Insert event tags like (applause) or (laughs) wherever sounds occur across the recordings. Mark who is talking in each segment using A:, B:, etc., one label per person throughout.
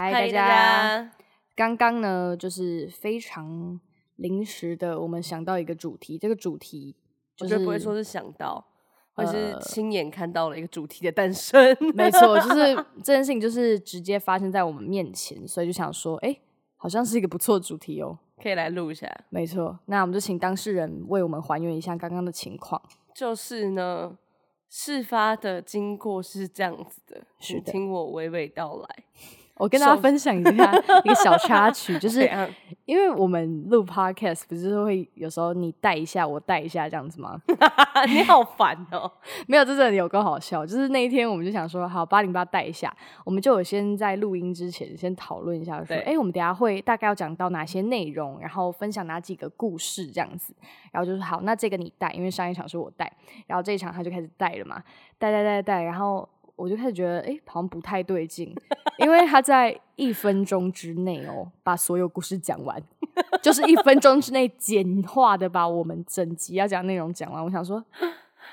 A: 嗨，
B: 嗨
A: 大家！，刚刚呢，就是非常临时的，我们想到一个主题，这个主题
B: 我觉
A: 就是呃
B: 得不会说是想到，而是亲眼看到了一个主题的诞生。
A: 没错，就是这件事情就是直接发生在我们面前，所以就想说，哎、好像是一个不错的主题哦。
B: (laughs) 可以来录一下。
A: 没错，那我们就请当事人为我们还原一下刚刚的情况。
B: 就是呢，事发的经过是这样子的，
A: 是
B: 你
A: 的
B: 听我娓娓道来。 (laughs)
A: 我跟大家
B: 首
A: 分享一下一个小插 (laughs) 曲，就
B: 怎
A: 是
B: 样
A: 因为我们录 podcast 不是会有时候你带一下，我带一下这样子吗？
B: 你好烦哦、
A: 没有，这真的有够好笑。就是那一天，我们就想说，好，八零八带一下，我们就有先在录音之前先讨论一下，说，
B: 对
A: 哎，我们等一下会大概要讲到哪些内容，然后分享哪几个故事这样子。然后就是好，那这个你带，因为上一场是我带，然后这一场他就开始带了嘛，带带带带，然后我就开始觉得，哎，好像不太对劲，因为他在一分钟之内哦，把所有故事讲完。 (laughs) 就是一分钟之内简化的把我们整集要讲的内容讲完，我想说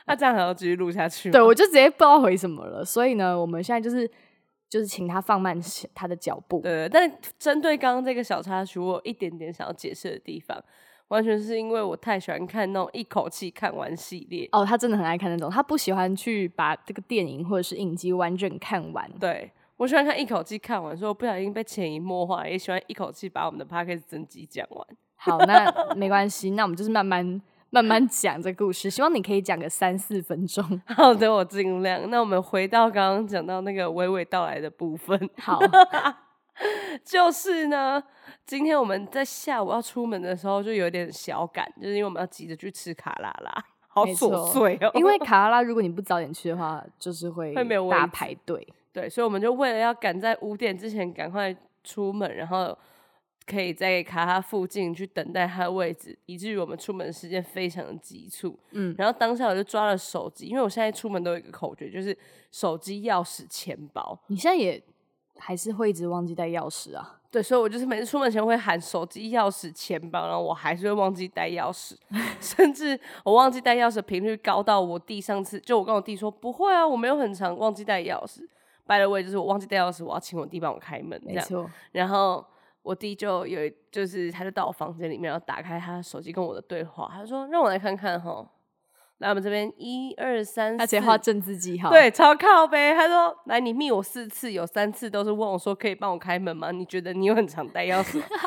B: 那这样还要继续录下去吗？
A: (laughs) 对，我
B: (laughs)
A: 就直接不知道回什么了。所以呢，我们现在就是就是请他放慢他的脚步。
B: 对，但针对刚刚这个小插曲，我有一点点想要解释的地方，完全是因为我太喜欢看那种一口气看完系列。
A: 哦，他真的很爱看那种，他不喜欢去把这个电影或者是影集完整看完。
B: 对我喜欢看一口气看完，所以我不小心被潜移默化，也喜欢一口气把我们的 p a c k a g e 整集讲完。
A: 好，
B: (laughs)
A: 那没关系，那我们就是慢慢慢慢讲这故事，希望你可以讲个三四分钟。
B: 好的，我尽量。那我们回到刚刚讲到那个娓娓道来的部分， (laughs)
A: 好，
B: 就是呢，今天我们在下午要出门的时候就有点小赶，就是因为我们要急着去吃卡拉拉，好
A: 没错
B: 琐碎哦、
A: 因为卡拉拉，如果你不早点去的话，就是会
B: 会没有位
A: 大
B: 置
A: 排队。
B: 对，所以我们就为了要赶在五点之前赶快出门，然后可以在卡哈附近去等待他的位置，以至于我们出门的时间非常的急促。
A: 嗯
B: 然后当下我就抓了手机，因为我现在出门都有一个口诀，就是手机、钥匙、钱包。
A: 你现在也还是会一直忘记带钥匙啊？
B: 对，所以我就是每次出门前会喊手机、钥匙、钱包，然后我还是会忘记带钥
A: (laughs)
B: 匙，甚至我忘记带钥匙的频率高到我弟上次就我跟我弟说不会啊，我没有很常忘记带钥匙。by the way，就是我忘记带钥匙，我要请我弟帮我开门这
A: 没
B: 样。
A: 错，
B: 然后我弟就有一就是他就到我房间里面，然后打开他的手机跟我的对话，他说让我来看看哈。来我们这边一二三，
A: 而且
B: 四
A: 画正字记号。
B: 对，超靠呗。他说：“来，你密我四次，有三次都是问我说可以帮我开门吗？你觉得你有很常带钥匙吗？” (laughs) 就觉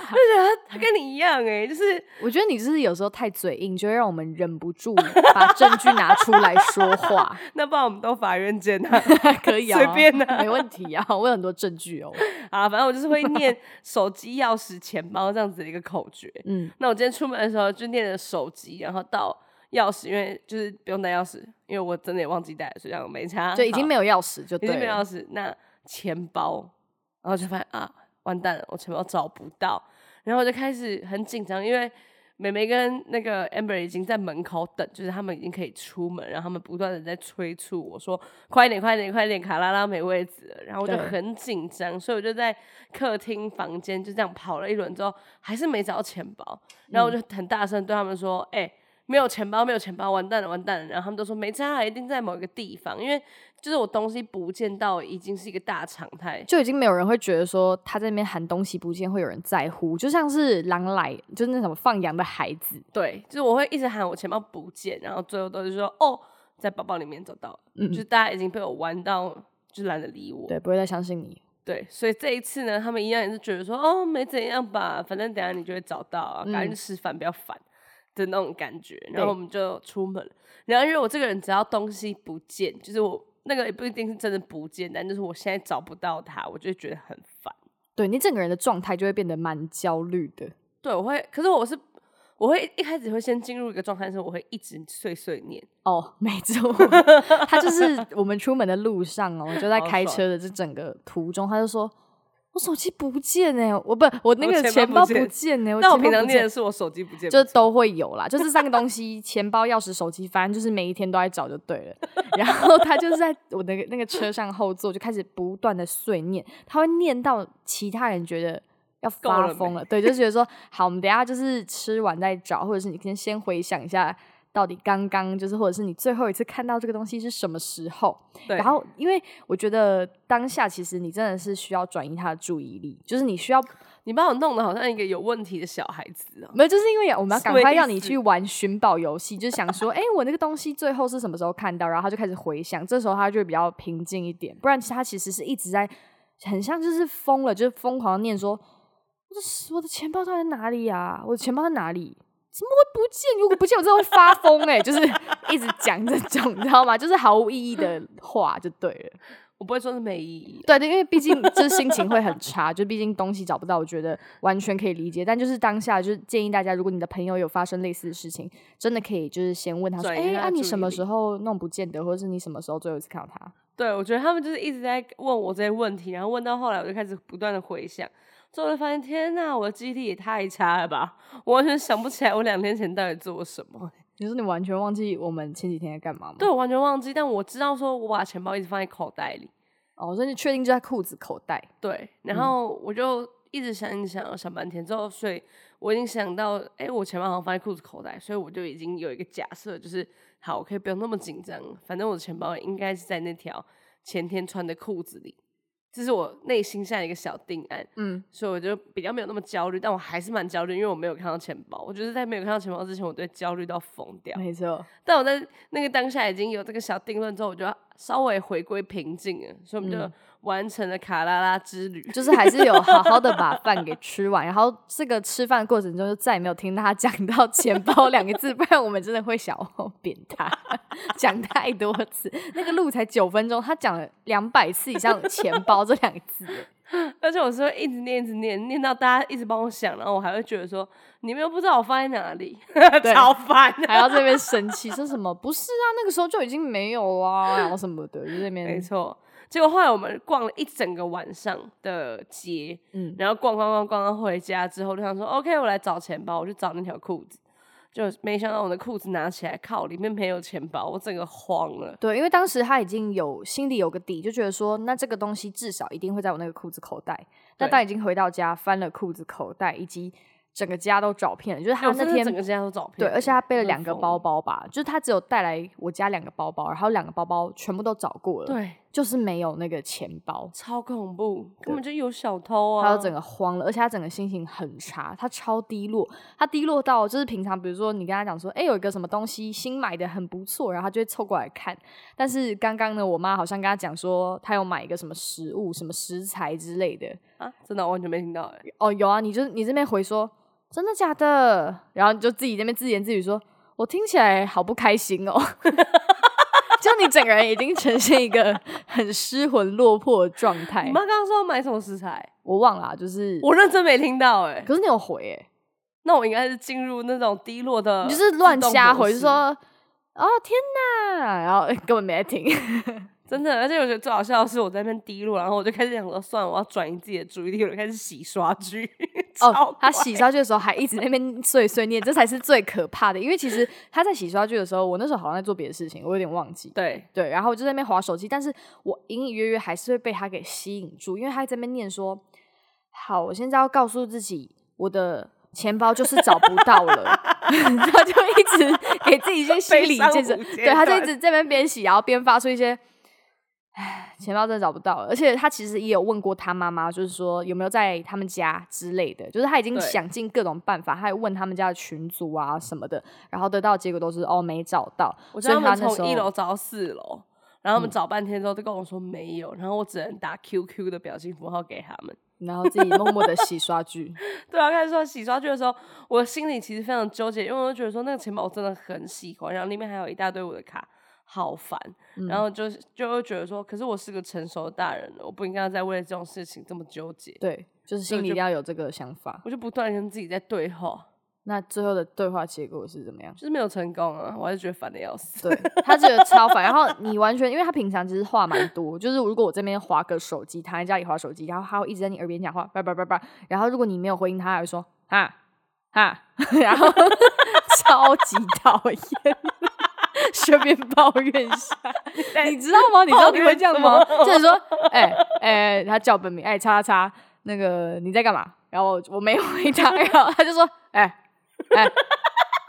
B: 得他他跟你一样哎、就是
A: 我觉得你就是有时候太嘴硬，就会让我们忍不住把证据拿出来说话。 (laughs)
B: 那不然我们都法院见他
A: 可以啊，
B: 随便啊
A: 没问题啊，我有很多证据 (laughs) 哦。
B: 啊。反正我就是会
A: (laughs)
B: 念手机、钥匙、钱包这样子的一个口诀。
A: 嗯，
B: 那我今天出门的时候就念了手机，然后到钥匙，因为就是不用带钥匙，因为我真的也忘记带了，所以这样没差。
A: 就已经
B: 好
A: 没有钥匙，就
B: 已
A: 对
B: 经没有
A: 了。
B: 钥匙，那钱包，然后就发现啊，完蛋了，我钱包找不到，然后我就开始很紧张，因为美美跟那个 Amber 已经在门口等，就是他们已经可以出门，然后他们不断的在催促我说快一点，快一点，快一点，卡拉拉没位置了，然后我就
A: 对
B: 很紧张，所以我就在客厅房间就这样跑了一轮之后，还是没找到钱包，然后我就
A: 嗯
B: 很大声对他们说，哎、没有钱包，没有钱包，完蛋了，完蛋了！然后他们都说没差啊，一定在某一个地方，因为就是我东西不见到，已经是一个大常态。
A: 就已经没有人会觉得说他在那边喊东西不见会有人在乎，就像是狼来，就是那什么放羊的孩子，
B: 对，就是我会一直喊我钱包不见，然后最后都是说哦，在包包里面找到了，
A: 嗯
B: 就是大家已经被我玩到，就懒得理我。
A: 对，不会再相信你。
B: 对所以这一次呢，他们一样也是觉得说哦，没怎样吧，反正等一下你就会找到啊，赶
A: 嗯
B: 紧去吃饭，不要烦。的那种感觉，然后我们就出门了。然后因为我这个人只要东西不见，就是我那个也不一定是真的不见，但就是我现在找不到它，我就会觉得很烦。
A: 对你整个人的状态就会变得蛮焦虑的。
B: 对，我会，可是我是我会一开始会先进入一个状态，是我会一直碎碎念，
A: 哦，没
B: (laughs)
A: 错，他就是我们出门的路上哦，就在
B: 好
A: 开
B: 爽
A: 车的这整个途中，他就说：“我手机不见哎、我不，我那
B: 我
A: 个
B: 钱
A: 钱
B: 包
A: 包
B: 不
A: 不
B: 见
A: 见哎、我
B: 但我
A: 钱
B: 平
A: 包
B: 常
A: 不
B: 念的
A: 见
B: 是我手机不见，
A: 就都会有啦，就是三个东西：钱包、钥匙、手机，反正就是每一天都在找就对了。 (laughs) 然后他就是在我那个那个车上后座就开始不断的碎念，他会念到其他人觉得。要
B: 够
A: 发
B: 了
A: 疯
B: 没
A: 了，对，就觉得说好，我们等一下就是吃完再找，或者是你先先回想一下到底刚刚就是，或者是你最后一次看到这个东西是什么时候？
B: 对
A: 然后，因为我觉得当下其实你真的是需要转移他的注意力，就是你需要
B: 你把我弄得好像一个有问题的小孩子哦、
A: 没有，就是因为我们要
B: 什
A: 赶
B: 么
A: 快
B: 意
A: 让你
B: 思
A: 去玩寻宝游戏，就是
B: (laughs)
A: 想说，哎、我那个东西最后是什么时候看到？然后他就开始回想，这时候他就会比较平静一点，不然其实他其实是一直在很像就是疯了，就是疯狂地念说，我的我的钱包到底在哪里啊？我的钱包在哪里？怎么会不见？ (laughs) 如果不见，我真的会发疯哎、就是一直讲这种，你知道吗？就是毫无意义的话就对了。
B: 我不会说是没意义。
A: 对对，因为毕竟这心情会很差，就毕竟东西找不到，我觉得完全可以理解。但就是当下，就是建议大家，如果你的朋友有发生类似的事情，真的可以就是先问他说：“
B: 转移
A: 哎，
B: 他的
A: 啊、你
B: 注
A: 什
B: 意
A: 么
B: 力
A: 时候弄不见得，或者是你什么时候最后一次看到他
B: 对，我觉得他们就是一直在问我这些问题，然后问到后来，我就开始不断的回想，最后就发现，天呐，我的记忆力也太差了吧！我完全想不起来我两天前到底做了什么，？”
A: 你说你完全忘记我们前几天在干嘛吗？
B: 对我完全忘记。但我知道说我把钱包一直放在口袋里，
A: 哦，所以你确定就在裤子口袋。
B: 对，然
A: 嗯
B: 后我就一直想，一直想，想半天之后，所以我已经想到，哎、我钱包好像放在裤子口袋，所以我就已经有一个假设，就是好，我可以不用那么紧张，反正我的钱包应该是在那条前天穿的裤子里，这是我内心下一个小定案。
A: 嗯，
B: 所以我就比较没有那么焦虑，但我还是蛮焦虑，因为我没有看到钱包。我就是在没有看到钱包之前，我对焦虑到疯掉。
A: 没错。
B: 但我在那个当下已经有这个小定论之后，我就要稍微回归平静了，所以我们就完成了卡拉拉之旅。
A: 嗯就是还是有好好的把饭给吃完，然后这个吃饭过程中就再也没有听到他讲到“钱包”两个字，不然我们真的会想要扁他，讲太多次。那个路才九分钟，他讲了两百次以上“钱包”这两个字，
B: (laughs) 而且我是会一直念，一直念，念到大家一直帮我想，然后我还会觉得说，你们又不知道我放在哪里， (laughs)
A: 对
B: 超烦。
A: 还要这边生气，说什么不是啊，那个时候就已经没有啊，然后什么的，就这
B: 没
A: 边
B: 错。结果后来我们逛了一整个晚上的街，
A: 嗯
B: 然后逛逛逛逛到回家之后，就想说 OK，我来找钱包，我就找那条裤子，就没想到我的裤子拿起来，靠，里面没有钱包，我整个慌了。
A: 对，因为当时他已经有心里有个底，就觉得说，那这个东西至少一定会在我那个裤子口袋。但
B: 对
A: 当已经回到家，翻了裤子口袋，以及整个家都找遍了，就是他
B: 我哎
A: 那
B: 真的
A: 天
B: 整个家都找遍
A: 对，
B: 了，
A: 而且他背了
B: 真的
A: 两个
B: 疯
A: 包，包吧，就是他只有带来我家两个包包，然后两个包包全部都找过了，
B: 对，
A: 就是没有那个钱包，
B: 超恐怖，根本就有小偷啊！
A: 他就整个慌了，而且他整个心情很差，他超低落，他低落到就是平常比如说你跟他讲说，哎、有一个什么东西新买的很不错，然后他就会凑过来看，但是刚刚呢，我妈好像跟他讲说，她有买一个什么食物、什么食材之类的，
B: 啊，真的我完全没听到哎、
A: 哦，有啊，你就你这边回说真的假的，然后你就自己这边自言自语说，我听起来好不开心哦， (laughs) 就你整个人已经呈现一个很失魂落魄的状态
B: 你。妈刚刚说要买什么食材？
A: 我忘了啊、就是，
B: 我认真没听到哎、
A: 可是你有回欸诶、
B: 那我应该是进入那种低落的，
A: 你就是乱瞎回，就。说哦天哪，然后 (laughs) 根本没
B: (laughs)
A: 在听。
B: 真的，而且我觉得最好笑的是，我在那边低落，然后我就开始想说，算了，我要转移自己的注意力，我就开始洗刷剧。 (laughs) 超
A: 哦，他
B: 怪
A: 洗刷剧的时候还一直在那边碎碎念，这才是最可怕的。因为其实他在洗刷剧的时候，我那时候好像在做别的事情，我有点忘记。
B: 对，
A: 对，然后我就在那边划手机，但是我隐隐约约还是会被他给吸引住，因为他在那边念说：“好，我现在要告诉自己，我的钱包就是找不到了。” (laughs) 他就
B: (laughs)
A: 一直给自己一些心
B: 悲
A: 理
B: 伤
A: 建设，
B: 无间
A: 对，他就一
B: 断
A: 直这边边洗，然后边发出一些。唉，钱包真的找不到了，而且他其实也有问过他妈妈，就是说有没有在他们家之类的，就是他已经
B: 对
A: 想尽各种办法，他还问他们家的群组啊什么的，然后得到的结果都是哦没找到，
B: 我
A: 所
B: 叫
A: 以
B: 他们
A: 那时
B: 从一
A: 候嗯
B: 楼找到四楼，然后他们找半天之后都跟我说没有，然后我只能打 QQ 的表情符号给他们。
A: 然后自己默默的洗刷剧。
B: 对啊，开始说洗刷剧的时候，我心里其实非常纠结，因为我就觉得说那个钱包我真的很喜欢，然后里面还有一大堆我的卡，好烦。
A: 嗯
B: 然后就是就会觉得说，可是我是个成熟的大人了，我不应该再为了这种事情这么纠结。
A: 对，就是
B: 所以
A: 心里
B: 就
A: 一定要有这个想法。
B: 我就不断地跟自己在对话，？
A: 那最后的对话结果是怎么样 (laughs)
B: 就是没有成功啊，我还是觉得烦的要死。 (laughs)
A: 对他觉得超烦，然后你完全因为他平常其实话蛮多，就是如果我这边划个手机，躺在家里划手机，然后他会一直在你耳边讲话，叭叭叭叭，然后如果你没有回应他，他还会说哈哈，然后超级讨厌，顺便抱怨一下。你知道吗？你知道你会这样吗？
B: 抱
A: 就是说，哎、哎、他叫本名，哎、叉叉叉，那个你在干嘛？然后我我没回他，然后他就说，哎、哎、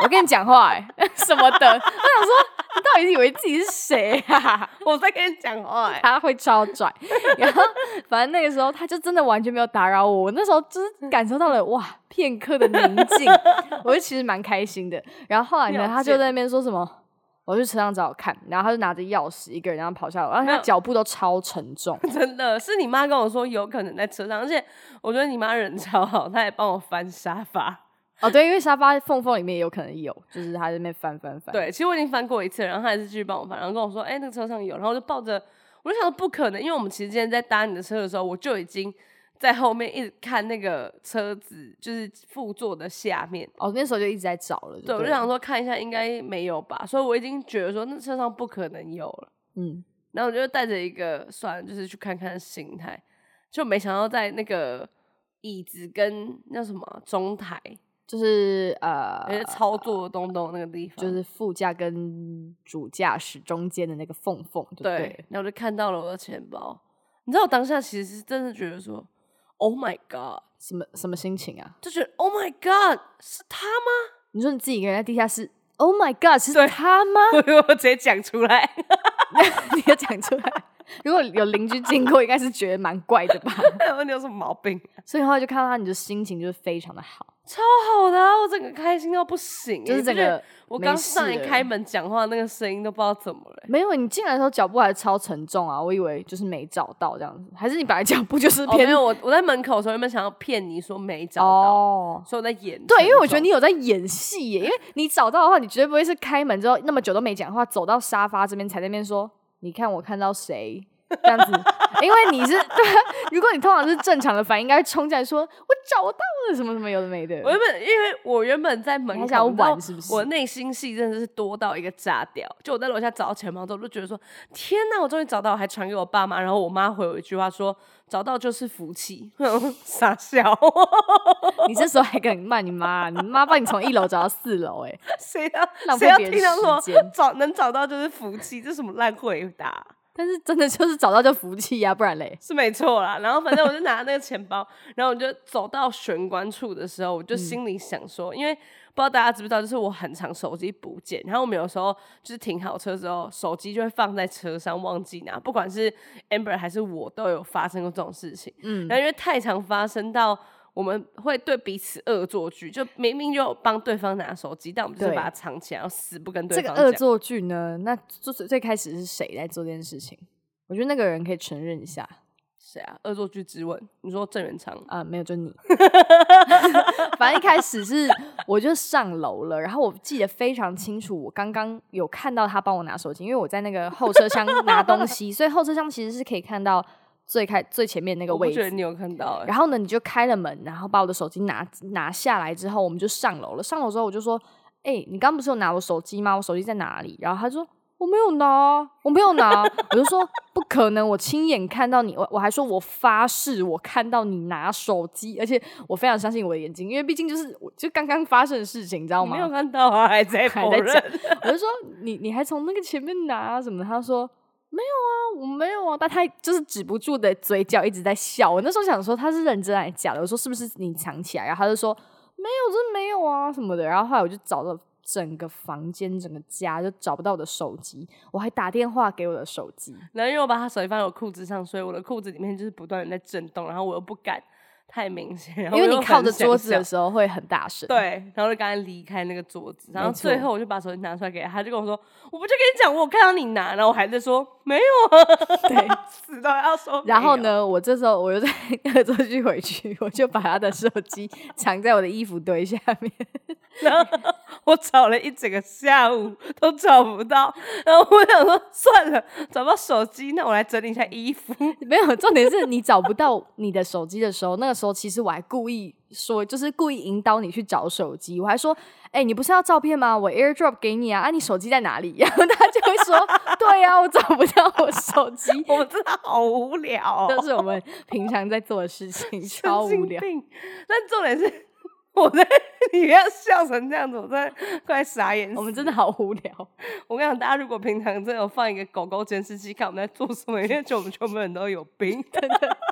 A: 我跟你讲话、欸，什么的。我 (laughs) 想说，你到底是以为自己是谁啊？
B: 我在跟你讲话、欸， (laughs)
A: 他会超拽。 (laughs) 然后，反正那个时候他就真的完全没有打扰我。我那时候就是感受到了哇，片刻的宁
B: (laughs)
A: 静，我就其实蛮开心的。然后后来呢，他就在那边说什么。我去车上找我看，然后他就拿着钥匙一个人，然后跑下楼，然后他脚步都超沉重，
B: 真的是你妈跟我说有可能在车上，而且我觉得你妈人超好，她也帮我翻沙发。
A: 哦，对，因为沙发缝缝里面也有可能有，就是她在那边翻翻翻。
B: 对，其实我已经翻过一次，然后她还是继续帮我翻，然后跟我说：“哎、欸，那个车上有。”然后我就抱着，我就想说不可能，因为我们其实今天在搭你的车的时候，我就已经。在后面一直看那个车子，就是副座的下面。
A: 哦，那时候就一直在找了。
B: 对，我就想说看一下，应该没有吧。所以我已经觉得说，那车上不可能有了。嗯，然后我就带着一个算了，就是去看看心态，就没想到在那个椅子跟那什么啊中台，
A: 就是呃，
B: 而且操作东东那个地方，
A: 就是副驾跟主驾驶中间的那个缝缝。对,对，
B: 然后我就看到了我的钱包。你知道，我当下其实是真的觉得说。Oh my god！
A: 什么什么心情啊？
B: 就觉得 Oh my god，是他吗？
A: 你说你自己一个人在地下室，Oh my god，是他吗？ (laughs)
B: (laughs) 我直接讲出来， (laughs)
A: 你要讲出来。如果有邻居经过，应该是觉得蛮怪的吧？ (laughs)
B: 问你有什么毛病？
A: 所以后来就看到他，你的心情就是非常的好，
B: 超好的、啊，我整个开心到不行、欸，
A: 就是整个
B: 我刚上一开门讲话那个声音都不知道怎么了、欸。
A: 没有，你进来的时候脚步还超沉重啊，我以为就是没找到这样子，还是你本来脚步就是偏、哦？
B: 没有，我我在门口的时候原本想要骗你说没找到，哦、所以我在演。
A: 对，因为我觉得你有在演戏耶、欸，因为你找到的话，你绝对不会是开门之后那么久都没讲话，走到沙发这边才那边说。你看我看到谁这
B: (laughs)
A: 样子，因为你是对、啊，如果你通常是正常的反应，应该冲进来说“我找到了”什么什么有的没的。
B: 我原本因为我原本在门口
A: 想玩，是不是？
B: 我内心戏真的是多到一个炸掉。就我在楼下找到钱包之后，就觉得说：“天哪，我终于找到！”我还传给我爸妈，然后我妈回我一句话说：“找到就是福气。” (laughs) 傻笑。 (laughs)
A: 你这时候还敢骂你妈？你妈帮你从一楼找到四楼、欸，哎，
B: 谁要
A: 浪
B: 谁
A: 费
B: 要
A: 别
B: 听
A: 人
B: 到说
A: 时间。
B: 找能找到就是福气，这什么烂回答？
A: 但是真的就是找到就服气呀，不然嘞
B: 是没错啦。然后反正我就拿那个钱包，然后我就走到玄关处的时候，我就心里想说，嗯、因为不知道大家知不知道，就是我很常手机不见，然后我们有时候就是停好车之后，手机就会放在车上忘记拿，不管是 Amber 还是我都有发生过这种事情。嗯，然后因为太常发生到。我们会对彼此恶作剧，就明明就帮对方拿手机，但我们就是把它藏起来，然后死不跟对
A: 这
B: 方
A: 个
B: 讲。
A: 恶作剧呢，那就是最开始是谁在做这件事情？我觉得那个人可以承认一下。
B: 谁啊？恶作剧之吻？你说郑元畅
A: 啊？没有，
B: (laughs)
A: 就你。反正一开始是我就上楼了，然后我记得非常清楚，我刚刚有看到他帮我拿手机，因为我在那个后车厢拿东西，所以后车厢其实是可以看到。最开最前面那个位置，
B: 我觉得你有看到、欸。
A: 然后呢，你就开了门，然后把我的手机拿拿下来之后，我们就上楼了。上楼之后，我就说：“哎、欸，你刚不是有拿我手机吗？我手机在哪里？”然后他说：“我没有拿，我没有拿。”我就说：“不可能，我亲眼看到你。我”我我还说：“我发誓，我看到你拿手机，而且我非常相信我的眼睛，因为毕竟就是我就刚刚发生的事情，你知道吗？”
B: 没有看到啊，还在
A: 还在讲。我就说：“你你还从那个前面拿、啊、什么？”他说。没有啊，我没有啊，但他就是止不住的嘴角一直在笑。我那时候想说他是认真还是假的，我说是不是你藏起来？然后他就说没有，真没有啊什么的。然后后来我就找了整个房间、整个家，就找不到我的手机，我还打电话给我的手机。
B: 然后因为我把他手机放在我裤子上，所以我的裤子里面就是不断的在震动，然后我又不敢太明显，然后
A: 因为你靠着桌子的时候会很大声。
B: 对，然后就刚才离开那个桌子，然后最后我就把手机拿出来给他，他就跟我说：“我不就跟你讲，我看到你拿，然后我还在说。”没有啊，
A: 对，
B: (laughs) 死都要说。
A: 然后呢，我这时候我又在 (laughs) 恶作剧回去，我就把他的手机藏在我的衣服堆下面，
B: 然后我找了一整个下午都找不到，然后我想说算了，找不到手机，那我来整理一下衣服。
A: 没有，重点是你找不到你的手机的时候，那个时候其实我还故意。说就是故意引导你去找手机，我还说，哎、欸，你不是要照片吗？我 AirDrop 给你啊，啊，你手机在哪里？ (laughs) 然后他就会说，对呀、啊，我找不到我手机。
B: 我们真的好无聊、哦，
A: 这是我们平常在做的事情，超无聊。
B: 但重点是，我在 (laughs) 你要笑成这样子，我真的快傻眼。
A: 我们真的好无聊。
B: 我跟你讲，大家如果平常真的有放一个狗狗监视器看我们在做什么，因为我们全部人都有病，
A: 真的。
B: (laughs)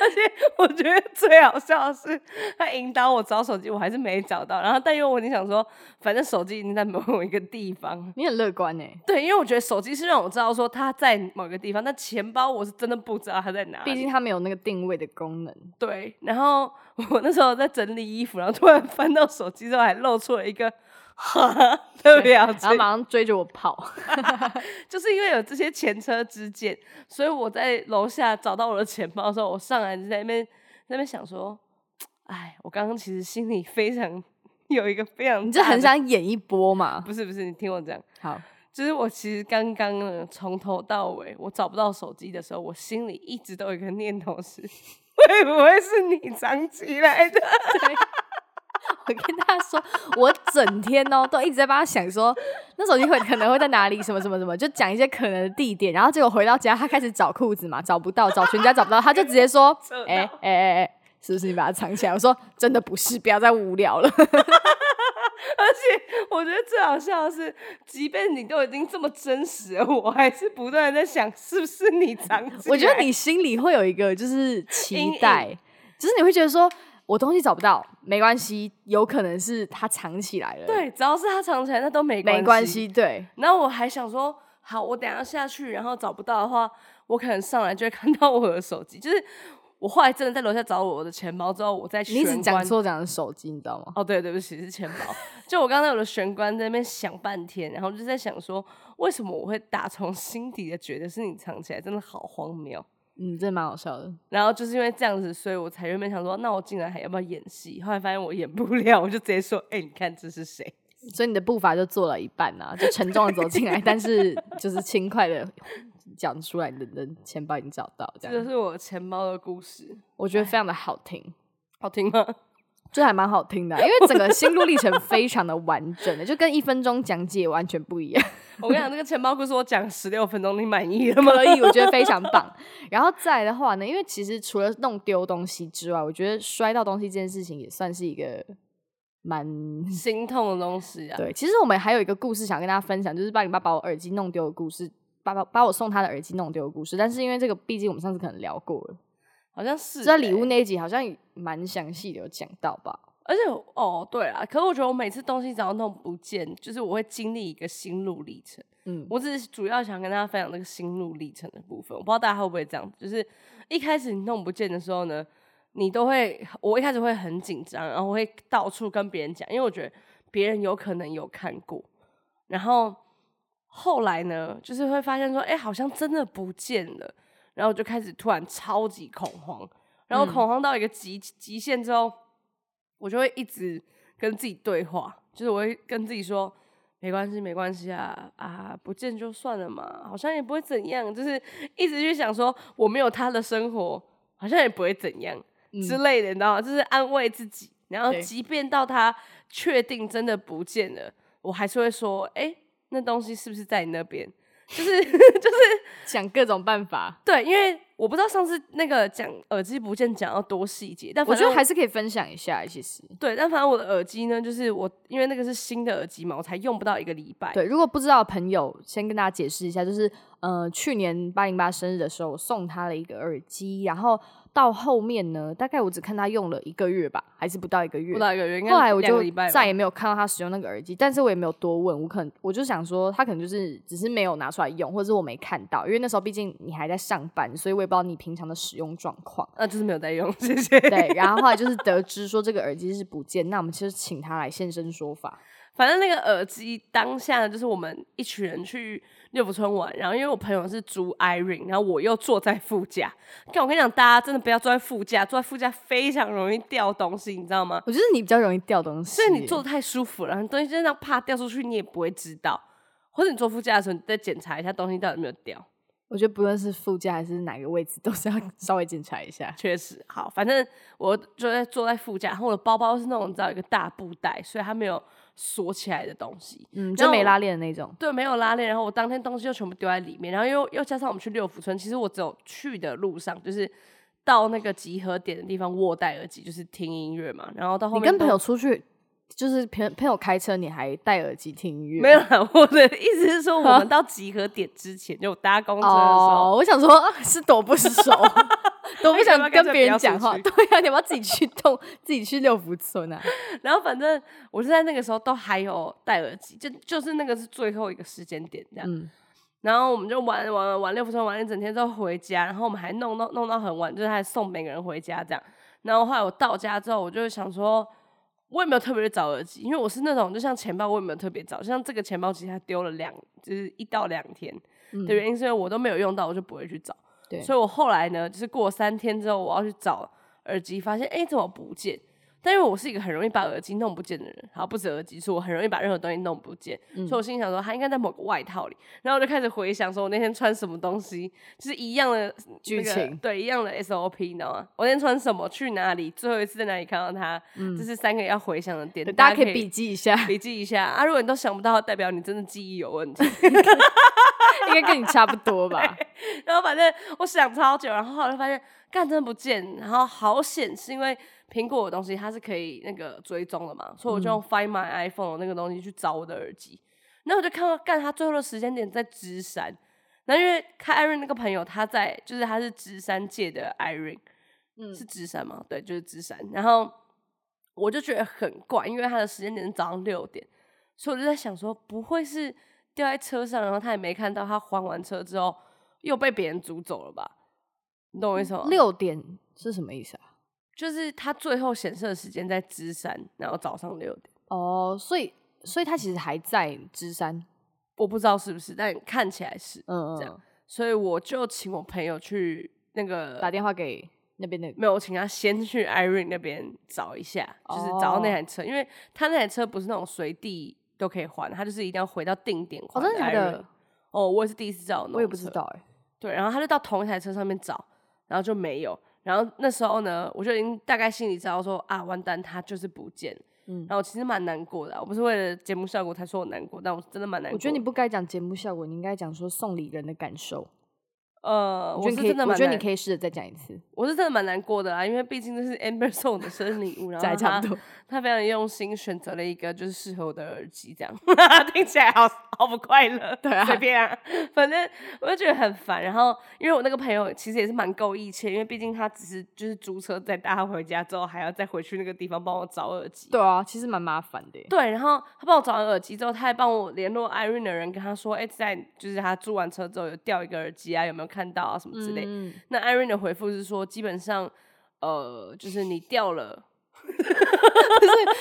B: 而且我觉得最好笑的是，他引导我找手机，我还是没找到。然后，但因为我已经想说，反正手机已经在某一个地方。
A: 你很乐观呢、欸，
B: 对，因为我觉得手机是让我知道说它在某个地方，但钱包我是真的不知道它在哪里
A: 毕竟它没有那个定位的功能。
B: 对，然后我那时候在整理衣服，然后突然翻到手机之后，还露出了一个哈哈的表
A: 然后
B: 情。
A: 马上追着我跑， (laughs)
B: 就是因为有这些前车之鉴，所以我在楼下找到我的钱包的时候，我上来就在那边在那边想说，哎，我刚刚其实心里非常有一个非常，
A: 你就很，想演一波嘛？
B: 不是不是，你听我讲，
A: 好，
B: 就是我其实刚刚呢，从头到尾我找不到手机的时候，我心里一直都有一个念头是， (laughs) 会不会是你藏起来的？
A: 我跟大家说，我整天哦都一直在帮他想说，那手机会可能会在哪里，什么什么什么，就讲一些可能的地点。然后结果回到家，他开始找裤子嘛，找不到，找全家找不到，他就直
B: (laughs)
A: 接说
B: 扯到：“
A: 哎哎哎哎，是不是你把它藏起来？”我说：“真的不是，不要再无聊
B: (laughs)
A: 了。
B: 而且我觉得最好笑的是，即便你都已经这么真实了，我还是不断的在想是不是你藏起”来。
A: 我觉得你心里会有一个就是
B: 阴
A: 期
B: 影
A: 待，就是你会觉得说。我东西找不到，没关系，有可能是他藏起来了，，
B: 对，只要是他藏起来，那都没
A: 没关。系，对，
B: 然后我还想说，好，我等一下下去，然后找不到的话，我可能上来就会看到我的手机。就是我后来真的在楼下找我的钱包之后，我再去
A: 你只讲错讲的手机，你知道吗？
B: 哦，对，对不起，是钱包。就我刚才我的玄关在那边想半天，然后就在想说，为什么我会打从心底的觉得是你藏起来，真的好荒谬。
A: 嗯，真的蛮好笑的。
B: 然后就是因为这样子，所以我才原本想说，那我进来还要不要演戏？后来发现我演不了，我就直接说，哎、你看这是谁？
A: 所以你的步伐就做了一半啊，就沉重的走进
B: (laughs)
A: 来，但是就是轻快的讲出来，你的你的钱包已经找到，这
B: 这就
A: 样
B: 是我钱包的故事，
A: 我觉得非常的好听，
B: 好听吗？ (laughs)
A: 就还蛮好听的啊，因为整个心路历程非常的完整的，就跟一分钟讲解完全不一样。
B: 我跟你讲，这个钱包故事我讲十六分钟，你满意了吗？
A: 可以，我觉得非常棒。然后再来的话呢，因为其实除了弄丢东西之外，我觉得摔到东西这件事情也算是一个蛮
B: (laughs) 心痛的东西啊，
A: 对，其实我们还有一个故事想跟大家分享，就是八零八把我耳机弄丢的故事，把把把我送他的耳机弄丢的故事。但是因为这个，毕竟我们上次可能聊过了，
B: 好像是、
A: 就
B: 欸。
A: 在礼物那一集好像也蛮详细的有讲到吧。
B: 而且哦，对啊，可是我觉得我每次东西只要弄不见，就是我会经历一个心路历程。
A: 嗯，
B: 我只是主要想跟大家分享这个心路历程的部分。我不知道大家会不会这样，就是一开始你弄不见的时候呢，你都会，我一开始会很紧张，然后会到处跟别人讲，因为我觉得别人有可能有看过。然后后来呢，就是会发现说，哎、好像真的不见了，然后我就开始突然超级恐慌，然后
A: 嗯
B: 恐慌到一个极极限之后，我就会一直跟自己对话，就是我会跟自己说。没关系，没关系啊啊，不见就算了嘛，好像也不会怎样，就是一直去想说我没有他的生活，好像也不会怎样、之类的，你知道吗？就是安慰自己。然后
A: 嗯对
B: 即便到他确定真的不见了，我还是会说，哎、那东西是不是在你那边？就是就是
A: 想各种办法，
B: 对，因为我不知道上次那个讲耳机不见讲到多细节，但
A: 我
B: 反
A: 觉
B: 正
A: 得还是可以分享一下。欸其实，
B: 对，但反正我的耳机呢，就是我因为那个是新的耳机嘛，我才用不到一个礼拜。
A: 对，如果不知道的朋友，先跟大家解释一下，就是呃，去年八零八生日的时候，我送他了一个耳机，然后到后面呢，大概我只看他用了一个月吧，还是不到一个月，
B: 不到一个月，应该
A: 后来我
B: 两个
A: 就
B: 礼拜吧
A: 再也没有看到他使用那个耳机，但是我也没有多问，我可能我就想说他可能就是只是没有拿出来用，或者是我没看到，因为那时候毕竟你还在上班，所以我也不知道你平常的使用状况。
B: 啊，就是没有在用，谢谢。
A: 对，然后后来就是得知说这个耳机是不见，那我们其实请他来现身说法。
B: 反正那个耳机当下就是我们一群人去六福村玩，然后因为我朋友是租 Irene，然后我又坐在副驾。但我跟你讲，大家真的不要坐在副驾，坐在副驾非常容易掉东西，你知道吗？
A: 我觉得你比较容易掉东西，
B: 所以你坐的太舒服了，然后东西真的怕掉出去，你也不会知道。或者你坐副驾的时候，你再检查一下东西到底有没有掉。
A: 我觉得不论是副驾还是哪个位置，都是要 (laughs) 稍微检查一下。
B: 确实，好，反正我就在坐在副驾，然后我的包包是那种你知道有一个大布袋，所以它没有锁起来的东西。
A: 嗯，
B: 然
A: 就
B: 后
A: 没
B: 我
A: 拉链的那种。
B: 对，没有拉链。然后我当天东西就全部丢在里面，然后又又加上我们去六福村，其实我只有去的路上，就是到那个集合点的地方，我戴耳机就是听音乐嘛。然后到后
A: 你
B: 面
A: 跟
B: 都
A: 朋友出去就是朋朋友开车，你还戴耳机听音乐？
B: 没有啦， (laughs) 我的意思是说，
A: (laughs)
B: 我们到集合点之前，就搭公车的时候，
A: 哦，我想说，是躲 (laughs) 不熟，都不想跟别人讲话。
B: 哎你要不要干脆不要出
A: 对呀、啊，你要不要自己去动，自己去六福村啊？
B: (laughs) 然后反正我是在那个时候都还有戴耳机，就就是那个是最后一个时间点这样。
A: 嗯，
B: 然后我们就玩玩玩玩六福村，玩一整天之后回家，然后我们还弄弄弄到很晚，就是还送每个人回家这样。然后后来我到家之后，我就想说，我也没有特别去找耳机，因为我是那种就像钱包，我也没有特别找，像这个钱包其实它丢了两，就是一到两天的原因，是因为我都没有用到，我就不会去找。
A: 嗯对
B: 所以我后来呢，就是过三天之后，我要去找耳机，发现哎、诶怎么不见？但因为我是一个很容易把耳机弄不见的人，好，不止耳机，是我很容易把任何东西弄不见，所以
A: 嗯
B: 我心里想说，它应该在某个外套里。然后我就开始回想，说我那天穿什么东西，就是一样的那个
A: 剧情
B: 对，一样的 SOP，你知道吗？我那天穿什么，去哪里，最后一次在哪里看到它，这是三个要回想的点，
A: 嗯大
B: 大
A: 家
B: 家
A: 可以笔记一下，
B: 笔记一下啊。如果你都想不到，代表你真的记忆有问题。
A: 应该跟你差不多 (laughs) 吧？
B: 然后反正我想超久，然后后来发现干真的不见，然后好险是因为苹果的东西它是可以那个追踪的嘛，所以我就用 Find My iPhone 的那个东西去找我的耳机，然后我就看到干它最后的时间点在芝山，那因为看 Irene 那个朋友他在就是他是芝山界的 Irene，
A: 嗯
B: 是芝山吗？对，就是芝山，然后我就觉得很怪，因为他的时间点是早上六点，所以我就在想说，不会是掉在车上，然后他也没看到，他还完车之后又被别人租走了吧？你懂我意思吗？
A: 六点是什么意思啊？
B: 就是他最后显示的时间在芝山，然后早上六点，
A: 哦，所以所以他其实还在芝山，
B: 我不知道是不是，但看起来是，
A: 嗯，
B: 这
A: 嗯
B: 样所以我就请我朋友去那个
A: 打电话给那边的，
B: 没有，我请他先去 Irene 那边找一下，就是找
A: 哦
B: 到那台车，因为他那台车不是那种随地都可以还，他就是一定要回到定点还。
A: 哦，真的假的？？
B: 哦，我也是第一次找，
A: 我也不知。道哎、
B: 对，然后他就到同一台车上面找，然后就没有。然后那时候呢，我就已经大概心里知道说啊，完蛋，他就是不见了。
A: 嗯
B: 然后我其实蛮难过的啊、我不是为了节目效果才说我难过，但我真的蛮难过的。
A: 我觉得你不该讲节目效果，你应该讲说送礼人的感受。
B: 呃，
A: 我
B: 我是
A: 觉得你可以
B: 真，的
A: 我
B: 蛮
A: 觉得
B: 难
A: 你可以试着再讲一次，
B: 我是真的蛮难过的啊，因为毕竟这是 Amber (laughs) 送我的生日礼物，然
A: 再
B: 后
A: 差
B: 他
A: 不多。
B: 他非常用心选择了一个就是适合我的耳机，这样 (laughs) 听起来好好不快乐。对
A: 啊
B: 随便啊，反正我就觉得很烦。然后因为我那个朋友其实也是蛮够义气的，因为毕竟他只是就是租车再搭他回家之后，还要再回去那个地方帮我找耳机。
A: 对啊，其实蛮麻烦的欸。
B: 对，然后他帮我找完耳机之后，他还帮我联络 Irene 的人，跟他说，哎、在就是他租完车之后有掉一个耳机啊，有没有看到啊什么之类的
A: 嗯，
B: 那 Irene 的回复是说，基本上呃，就是你掉了。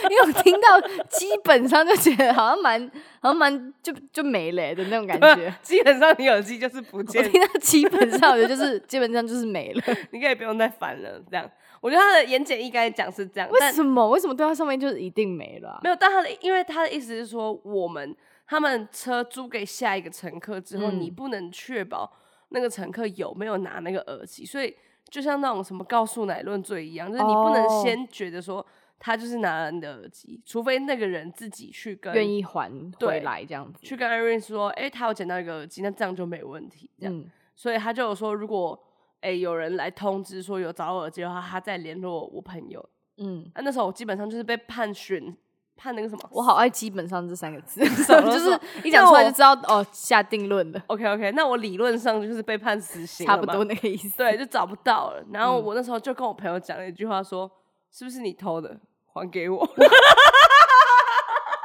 A: 因为我听到基本上就觉得好像蛮好像蛮就就没了欸的那
B: (laughs)
A: 种感觉。
B: 基本上你耳机就是不
A: 我
B: 见了
A: 听到基本上，我觉得就是基本上就是没了。
B: 你可以不用再烦了。这样，我觉得他的言简意赅讲是这样，
A: (laughs) 为
B: 但
A: 什么？为什么对话上面就是一定没了啊、
B: 没有，但他的因为他的意思是说，我们他们车租给下一个乘客之后，
A: 嗯
B: 你不能确保那个乘客有没有拿那个耳机，所以就像那种什么告诉乃论罪一样，就是你不能
A: 哦
B: 先觉得说他就是拿了你的耳机，除非那个人自己去跟
A: 愿意还回
B: 对
A: 来这样子。
B: 去跟 Irene 说，哎、他有捡到一个耳机，那这样就没问题。这样，
A: 嗯，
B: 所以他就有说，如果哎、有人来通知说有找耳机的话，他再联络我朋友。
A: 嗯，
B: 啊，那时候我基本上就是被判选判那个什么，
A: 我好爱“基本上”这三个 (laughs) 字，
B: 什么
A: 就是一讲出来就知道哦，下定论了，
B: OK OK，那我理论上就是被判死刑，
A: 差不多，那个意思。 (laughs)
B: 对，就找不到了。然后
A: 嗯
B: 我那时候就跟我朋友讲了一句话说，是不是你偷的？还给
A: (laughs)
B: 我！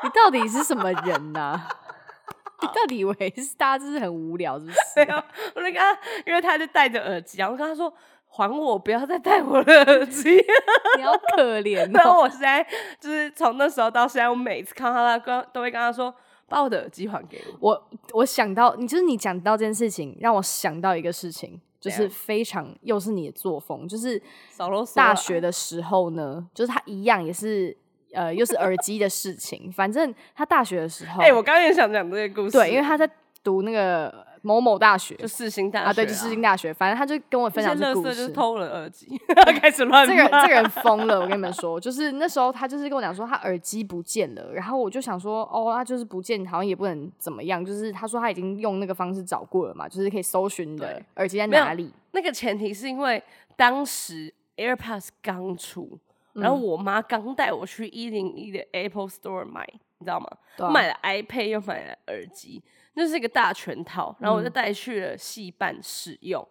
A: 你到底是什么人呐、啊 (laughs) 你到底以为是大家就是很无聊，是不是
B: 没有，啊我就跟他，因为他就戴着耳机，然后跟他说还我，不要再戴我的耳
A: (laughs)
B: 机。
A: 你好可 (laughs) 怜
B: 然
A: 哦。
B: 后我现在就是从那时候到现在，我每次看到他，跟都会跟他说把我的耳机还给我。
A: 我我想到，你就是你讲到这件事情，让我想到一个事情，就
B: 怎
A: 是
B: 样
A: 非常又是你的作风，就是
B: 少啰嗦啊
A: 大学的时候呢，就是他一样也是呃，又是耳机的事情。反正他大学的时候，
B: 哎、我刚刚也想讲这个故事，
A: 哦对，因为他在读那个某某大学
B: 就世新大学
A: 啊，对，就是世新大学，反正他就跟我分享
B: 乐
A: 这故
B: 色就是
A: 事。
B: 偷了耳
A: (laughs)
B: 机， (laughs) 开始乱
A: 这个人
B: 骂
A: 这个人疯了，我跟你们说，就是那时候他就是跟我讲说他耳机不见了，然后我就想说哦，他就是不见，好像也不能怎么样，就是他说他已经用那个方式找过了嘛，就是可以搜寻的
B: 对
A: 耳机在
B: 没有
A: 哪里。
B: 那个前提是因为当时 AirPods 刚出，然
A: 嗯
B: 后我妈刚带我去一零一的 Apple Store 买，你知道吗？
A: 对啊
B: 买了 iPad 又买了耳机，那是一个大全套。然后
A: 嗯
B: 我就带去了戏班使用，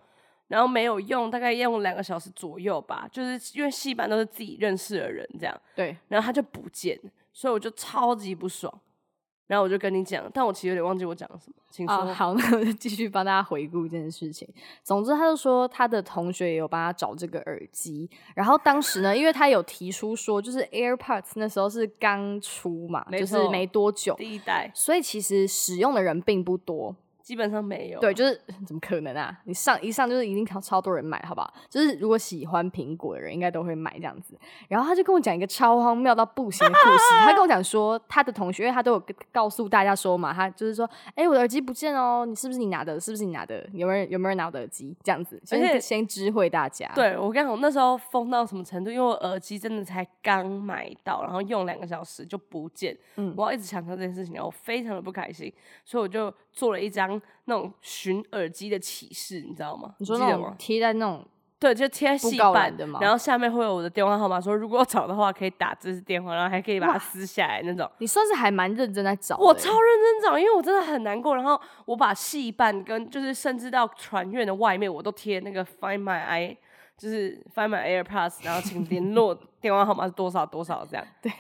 B: 然后没有用，大概用两个小时左右吧，就是因为戏班都是自己认识的人这样，
A: 对，
B: 然后它就不见了，所以我就超级不爽。然后我就跟你讲，但我其实有点忘记我讲了什么，请说。
A: 啊，好， (laughs) 那我就继续帮大家回顾这件事情。总之，他就说他的同学也有帮他找这个耳机，然后当时呢，因为他有提出说，就是 AirPods 那时候是刚出嘛，
B: 没
A: 就是
B: 错
A: 没多久，
B: 第一代
A: 所以其实使用的人并不多。
B: 基本上没有，
A: 对，就是 (laughs) 怎么可能啊？你上一上就是一定超超多人买，好不好？就是如果喜欢苹果的人，应该都会买这样子。然后他就跟我讲一个超荒谬到不行的故事。他跟我讲说，他的同学，因为他都有告诉大家说嘛，他就是说，哎、我的耳机不见哦，你是不是你拿的？是不是你拿的？有没有人有没有人拿我的耳机？这样子，
B: 而
A: 先
B: 且
A: 先知会大家。
B: 对我跟你讲，我那时候疯到什么程度？因为我耳机真的才刚买到，然后用两个小时就不见，
A: 嗯
B: 我要一直强调这件事情，啊然后我非常的不开心，所以我就做了一张那种寻耳机的启示，你知道吗？
A: 你说
B: 记
A: 那
B: 得
A: 种
B: 吗？
A: 贴在那种
B: 对，就贴在
A: 布
B: 细
A: 告
B: 板
A: 栏的吗
B: 然后下面会有我的电话号码，说如果要找的话可以打这支电话，然后还可以把它撕下来那种。
A: 你算是还蛮认真在找的欸。
B: 我超认真找，因为我真的很难过。然后我把戏办跟就是甚至到船院的外面，我都贴那个 Find My I，就是 Find My AirPods，然后请联
A: (laughs)
B: 络电话号码是多少多少这样， (laughs)
A: 对，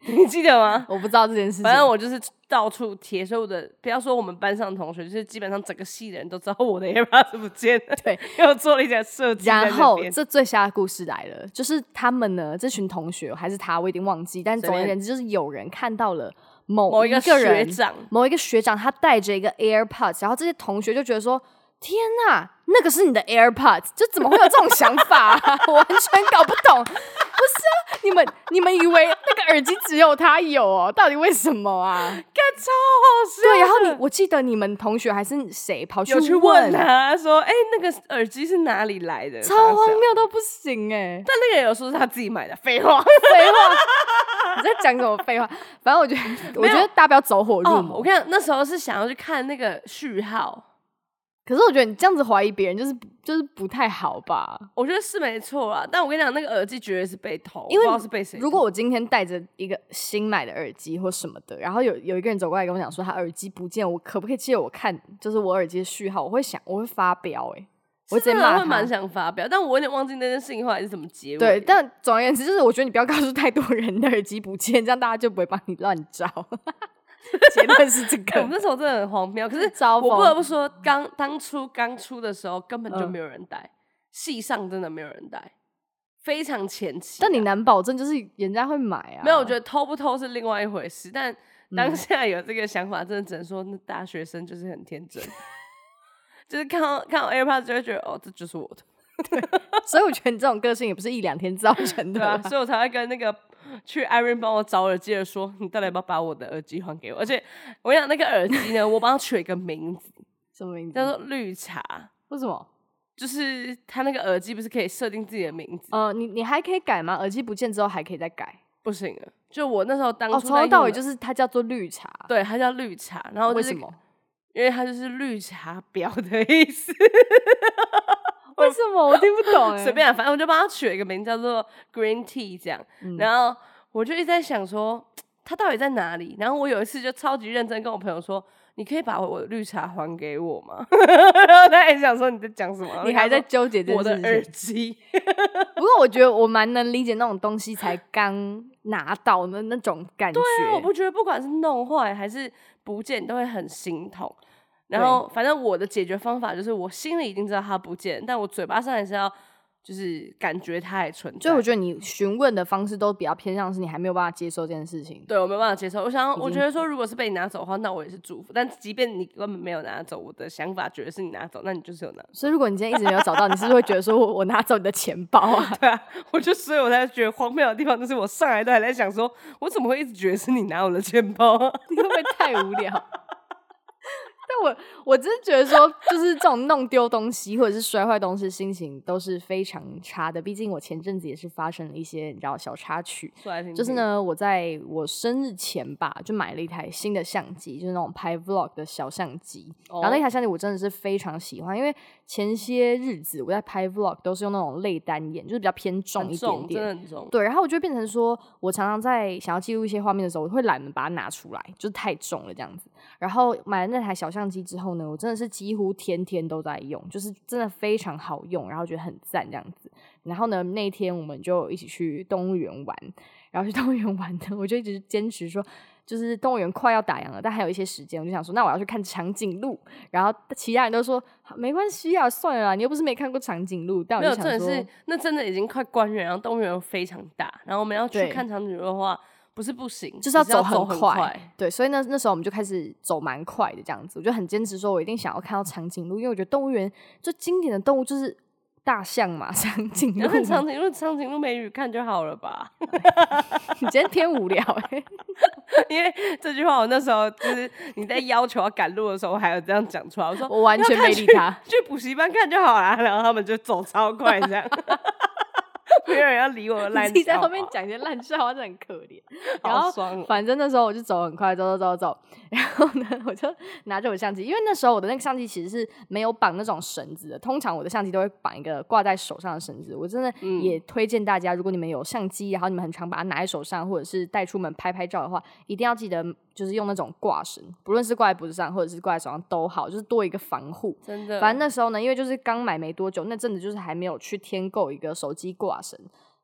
A: (laughs)
B: 你记得吗？
A: 我不知道这件事情。
B: 反正我就是到处贴，所以我的不要说我们班上的同学，就是基本上整个系的人都知道我的 AirPods 不见了，
A: 对，
B: 因为我做了一点设计在那
A: 然
B: 边。
A: 后这最瞎的故事来了，就是他们呢，这群同学还是他，我已经忘记，但
B: 随
A: 总而
B: 便
A: 言之，就是有人看到了某
B: 某一
A: 一
B: 个
A: 个
B: 学
A: 人，
B: 长，
A: 某一个学长，他带着一个 AirPods，然后这些同学就觉得说：“天呐，那个是你的 AirPods，就怎么会有这种想法、 (laughs) 啊？我完全搞不懂。”不是啊，你们你们以为那个耳机只有他有哦？到底为什么
B: (laughs)
A: 啊？
B: 干超好笑的。
A: 对，然后你我记得你们同学还是谁跑去
B: 有去问
A: 问，
B: 他说：“哎、那个耳机是哪里来的？”
A: 超
B: 傻
A: 荒
B: 小
A: 谬到不行哎、
B: 但那个人有说是他自己买的，废话。
A: 废话， (laughs) 你在讲什么废话？反正我觉 (laughs) 得，我觉得大家不要走火入
B: 哦，
A: 魔。
B: 我跟你讲，那时候是想要去看那个序号，
A: 可是我觉得你这样子怀疑别人，就是就是不太好吧？
B: 我觉得是没错啦。但我跟你讲，那个耳机绝对是被偷，
A: 因为
B: 我不知道是被谁偷。
A: 如果我今天带着一个新买的耳机或什么的，然后有有一个人走过来跟我讲说他耳机不见，我可不可以借我看？就是我耳机的序号，我会想，我会发飙哎、欸我
B: 是
A: 直接
B: 真
A: 骂
B: 的会
A: 他
B: 蛮想发表，但我有点忘记那件事情后来是怎么结尾。
A: 对，但总而言之，就是我觉得你不要告诉太多人你的耳机不见，这样大家就不会帮你乱找。 (laughs) 结论是这
B: (laughs)
A: (laughs)
B: 哎我们
A: 个，
B: 那时候真的很荒谬。可是
A: 招
B: 我不得
A: 风
B: 不说，刚当初刚出的时候根本就
A: 嗯
B: 没有人带，系上真的没有人带，非常前期啊。
A: 但你难保证就是人家会买啊。
B: 没有，我觉得
A: 得
B: 偷不偷是另外一回事，但
A: 嗯
B: 当下有这个想法，真的只能说那大学生就是很天真， (laughs) 就是看到看到 AirPods 就会觉得哦，这就是我的，
A: 所以我觉得你这种个性也不是一两天造成的
B: 对
A: 啦。
B: 啊，所以我才会跟那个去 Irene 帮我找耳机的说，你到底要不要把我的耳机还给我？而且我想那个耳机呢，我帮他取了一个名字，
A: 什么名字
B: 叫？做绿茶，
A: 为什么？
B: 就是他那个耳机不是可以设定自己的名字，
A: 呃，你你还可以改吗？耳机不见之后还可以再改。
B: 不行了。就我那时候当
A: 哦，
B: 初
A: 从
B: 在
A: 头到
B: 用
A: 尾
B: 的
A: 就是它叫做绿茶。
B: 对，它叫绿茶，然后就
A: 为
B: 是
A: 什么？
B: 因为它就是绿茶婊的意思。
A: 为什么我听不懂、欸？
B: (laughs) 随便啊、反正我就帮他取了一个名叫做 Green Tea 这样。
A: 嗯
B: 然后我就一直在想说，他到底在哪里？然后我有一次就超级认真跟我朋友说，你可以把我的绿茶还给我吗？ (laughs) 然后他也想说你在讲什么，
A: 欸你还在
B: 然后
A: 纠结
B: 他说
A: 这
B: 我
A: 件
B: 的
A: 事
B: 耳
A: 情。
B: 机。
A: 不过我觉得我蛮能理解那种东西才刚拿到的那种感觉。
B: 对啊，我不觉得不管是弄坏还是不见，都会很心痛。然后，反正我的解决方法就是，我心里已经知道它不见，但我嘴巴上还是要，就是感觉它还存在。
A: 所以我觉得你询问的方式都比较偏向是你还没有办法接受这件事情。
B: 对我没有办法接受。我想要，我
A: 已
B: 觉
A: 经
B: 得说，如果是被你拿走的话，那我也是祝福。但即便你根本没有拿走，我的想法觉得是你拿走，那 (laughs) 你就是有拿。
A: 所以如果你今天一直没有找到，你是不是会觉得说我我拿走你的钱包啊？
B: 对啊，我就所以我才觉得荒谬的地方，就是我上来都还在想说， (laughs)
A: (laughs)
B: 我怎么会一直觉得是你拿我的钱包啊？
A: 你会不会太无聊？但我我真的觉得说，就是这种弄丢东西或者是摔坏东西，心情都是非常差的。毕竟我前阵子也是发生了一些你知道小插曲，
B: 说来听听
A: 就是，呢，我在我生日前吧，就买了一台新的相机，就是那种拍 vlog 的小相机。
B: 哦
A: 然后那台相机我真的是非常喜欢，因为前些日子我在拍 vlog 都是用那种类单眼，就是比较偏重
B: 很
A: 一点
B: 重，
A: 点
B: 真。的很重。
A: 对，然后我就会变成说，我常常在想要记录一些画面的时候，我会懒得把它拿出来，就是太重了这样子。然后买了那台小相机之后呢，我真的是几乎天天都在用，就是真的非常好用，然后觉得很赞这样子。然后呢，那一天我们就一起去动物园玩，然后去动物园玩呢，我就一直坚持说，就是动物园快要打烊了，但还有一些时间，我就想说，那我要去看长颈鹿。然后其他人都说好没关系啊，算了啦，你又不是没看过长颈鹿。啊但我
B: 没有，
A: 就
B: 重
A: 想
B: 点
A: 说，
B: 是那真的已经快关园，然后动物园又非常大，然后我们要去
A: 对
B: 看长颈鹿的话，不是不行，
A: 就是
B: 只
A: 要
B: 走
A: 走很
B: 很
A: 快 (laughs) 对，所以呢，那时候我们就开始走蛮快的这样子，我就很坚持说，我一定想要看到长颈鹿，因为我觉得动物园最经典的动物就是大象嘛， (laughs) 长颈鹿
B: 然后
A: 嘛。
B: 长颈鹿，长颈鹿美语看就好了吧？
A: 你今天偏无聊哎、 (laughs)
B: 因为这句话，我那时候就是你在要求要赶路的时候，我还有这样讲出来，我说
A: 我完全没理他。
B: 去去补习班看就好啦，然后他们就走超快这样， (laughs) 没有人要理我的烂笑话，
A: (laughs) (laughs) 你自己在后面讲一些烂笑话，真的很可怜。然
B: 好
A: 后
B: 爽哦，
A: 反正那时候我就走很快，走走走 (laughs) 走，然后呢，我就拿着我相机，因为那时候我的那个相机其实是没有绑那种绳子的，通常我的相机都会绑一个挂在手上的绳子。我真的
B: 嗯
A: 也推荐大家，如果你们有相机，然后你们很常把它拿在手上，或者是带出门拍拍照的话，一定要记得就是用那种挂绳，不论是挂在脖子上或者是挂在手上都好，就是多一个防护。
B: 真的，
A: 反正那时候呢，因为就是刚买没多久，那阵子就是还没有去添购一个手机挂绳，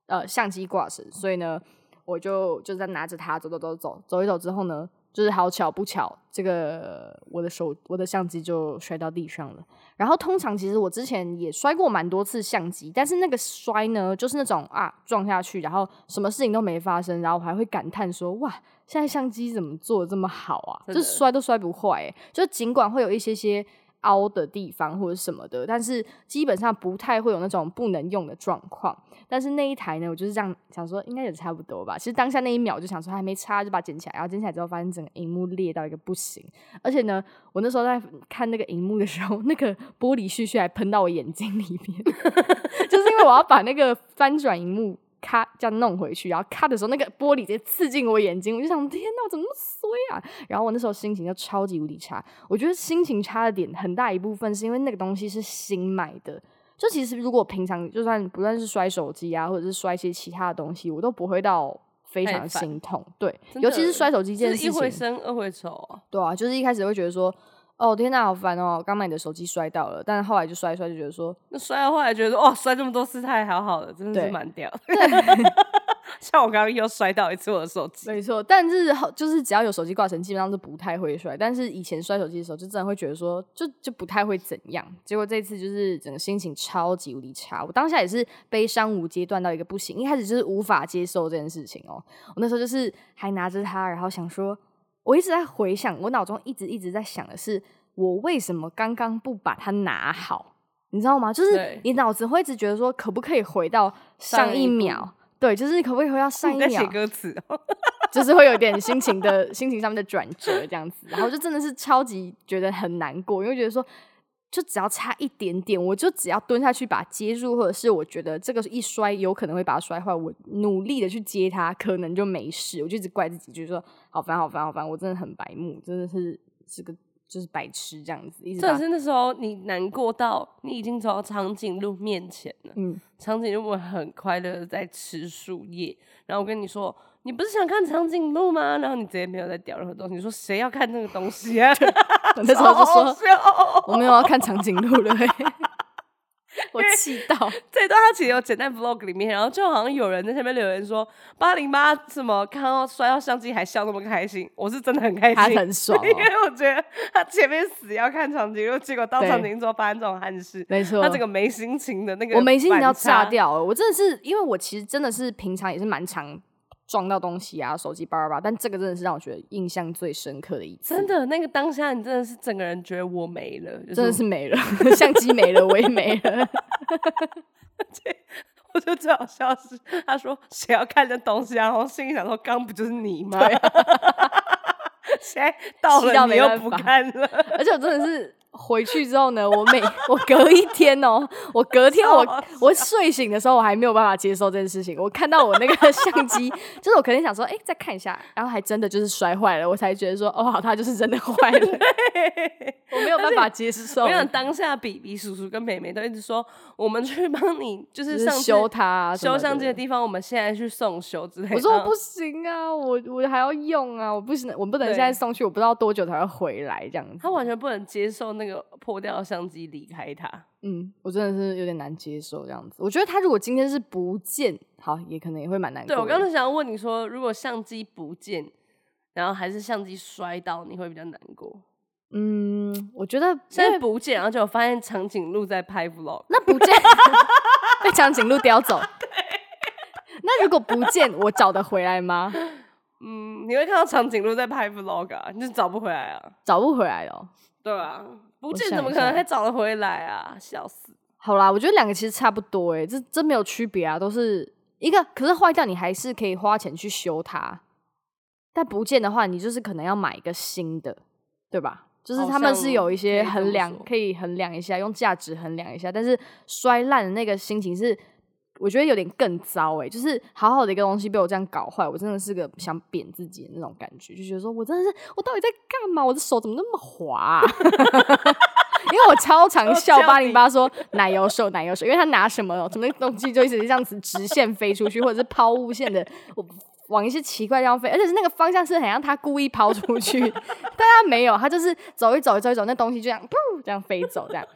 A: 呃，相机挂绳，所以呢，我就就在拿着它走走走走走一走之后呢，就是好巧不巧，这个我的手我的相机就摔到地上了。然后通常其实我之前也摔过蛮多次相机，但是那个摔呢，就是那种啊撞下去，然后什么事情都没发生，然后我还会感叹说哇，现在相机怎么做的这么好啊？
B: 真
A: 就
B: 的
A: 是摔都摔不坏、欸，就尽管会有一些些凹的地方或者什么的，但是基本上不太会有那种不能用的状况。但是那一台呢，我就是这样想说，应该也差不多吧。其实当下那一秒就想说还没差，就把它捡起来，然后捡起来之后发现整个荧幕裂到一个不行，而且呢，我那时候在看那个荧幕的时候，那 (laughs) 个玻璃絮絮还喷到我眼睛里面， (laughs) 就是因为我要把那个翻转荧幕咔这样弄回去，然后咔的时候，那个玻璃直接刺进我眼睛，我就想天哪，我怎么那么衰啊？然后我那时候心情就超级无敌差，我觉得心情差的点很大一部分是因为那个东西是新买的。就其实，如果平常就算不论是摔手机啊，或者是摔一些其他的东西，我都不会到非
B: 太
A: 常
B: 烦
A: 心痛。对，
B: 真
A: 尤其
B: 的
A: 是摔手机这件
B: 是
A: 事情，
B: 一回生二回熟啊，
A: 对啊，就是一开始会觉得说，哦天呐，好烦哦，刚把你的手机摔到了，但是后来就摔一摔就觉得说，
B: 那摔到后来觉得哇，摔这么多次太好好了，真的是
A: 对
B: 蛮屌。 (laughs) 像我刚刚又摔到一次我的手机，
A: 没错，但是后就是只要有手机挂绳，基本上是不太会摔。但是以前摔手机的时候，就真的会觉得说，就就不太会怎样。结果这次就是整个心情超级无敌差，我当下也是悲伤无阶段到一个不行，一开始就是无法接受这件事情哦、我那时候就是还拿着它，然后想说，我一直在回想，我脑中一直一直在想的是，我为什么刚刚不把它拿好？你知道吗？就是
B: 对
A: 你脑子会一直觉得说，可不可以回到上
B: 上
A: 一
B: 一步
A: 秒？对，就是可不可以回到上一
B: 你在
A: 秒
B: 写？歌词哦，
A: 就是会有点心情的 (laughs) 心情上面的转折这样子，然后就真的是超级觉得很难过，因为觉得说。就只要差一点点，我就只要蹲下去把它接住，或者是我觉得这个一摔有可能会把它摔坏，我努力的去接它，可能就没事。我就一直怪自己，就是说好烦好烦好烦，我真的很白目，真的是这个就是白痴这样子，一直 (laughs)
B: 真的
A: 把
B: 是那时候你难过到你已经走到长颈鹿面前了，
A: 嗯，
B: 长颈鹿我很快乐的在吃树叶，然后我跟你说。你不是想看长颈鹿吗？然后你直接没有在屌任何东西，你说谁要看那个东西啊？
A: 我 (laughs) 那时候就
B: 好
A: 说
B: 笑哦
A: 我没有要看长颈鹿 (laughs) 了、欸，我气到。
B: 这段他其实有剪在 vlog 里面，然后就好像有人在下面留言说八零八什么看到摔到相机还笑那么开心，我是真的很开
A: 他
B: 心， (laughs)
A: 很爽哦
B: 因为我觉得他前面死要看长颈鹿，结果到
A: 对
B: 长颈鹿之后发生这种憾事，
A: 没错，
B: 他整个没心情的那个，
A: 我眉心已经要炸。掉欸了。我真的是，因为我其实真的是平常也是蛮常撞到东西啊，手机叭叭叭，但这个真的是让我觉得印象最深刻的一次，
B: 真的，那个当下你真的是整个人觉得我没了，就
A: 真的
B: 是
A: 是
B: (laughs)
A: 没了，相机没了，我也没了。
B: (laughs) 我觉得最好笑的是，他说谁要看这东西啊？然后心里想说，刚不就是你吗？现在到
A: 气到
B: 了你
A: 没
B: 又
A: 办
B: 不
A: 法
B: 看了， (laughs)
A: 而且我真的是回去之后呢，我每我隔一天哦，我隔天我
B: 超好笑
A: 我睡醒的时候，我还没有办法接受这件事情。我看到我
B: (laughs)
A: 那个相机，就是我肯定想说，哎、再看一下，然后还真的就是摔坏了，我才觉得说，哦，好，它就是真的坏了，我没有办法接受
B: 我，想当下比比叔叔跟妹妹都一直说，我们去帮你，就
A: 就是是
B: 上次
A: 修它、啊、
B: 修相机的
A: 这。
B: 地方，我们现在去送修之类的。
A: 我说
B: 然
A: 我
B: 后
A: 不行啊，我我还要用啊，我不行，我不能
B: 对
A: 现在送去，我不知道多久才会回来这样子。
B: 他完全不能接受那个破掉的相机离开他。
A: 嗯，我真的是有点难接受这样子。我觉得他如果今天是不见，好，也可能也会蛮难过
B: 对
A: 的。
B: 我刚才想要问你说，如果相机不见，然后还是相机摔到，你会比较难过。
A: 嗯，我觉得因
B: 现在
A: 为
B: 不见，然后就我发现长颈鹿在拍 vlog，
A: 那不
B: (laughs)
A: 见被长颈鹿叼走。 (laughs) 那如果不见，我找得回来吗？
B: 嗯，你会看到长颈鹿在拍 vlog 啊，你就找不回来啊，
A: 找不回来哦。
B: 对啊，不见
A: 想
B: 怎么
A: 一
B: 可能
A: 下
B: 还找得回来啊？笑死！
A: (laughs) 好啦，我觉得两个其实差不多诶、这这没有区别啊，都是一个。可是坏掉你还是可以花钱去修它，但不见的话，你就是可能要买一个新的，对吧？就是
B: 好
A: 他们
B: 像
A: 是有一些
B: 可以这
A: 衡
B: 么
A: 量
B: 说，
A: 可以衡量一下，用价值衡量一下。但是摔烂的那个心情是，我觉得有点更糟诶、欸就是好好的一个东西被我这样搞坏，我真的是个想扁自己的那种感觉，就觉得说我真的是我到底在干嘛？我的手怎么那么滑啊、 (laughs) 因为我超常笑八零八说奶油手奶油手，因为他拿什么哦什么东西就一直这样子直线飞出去，或者是抛物线的，我往一些奇怪地方飞，而且是那个方向是很像他故意抛出去， (laughs) 但他没有，他就是走一走走一走，那东西就这样噗这样飞走这样。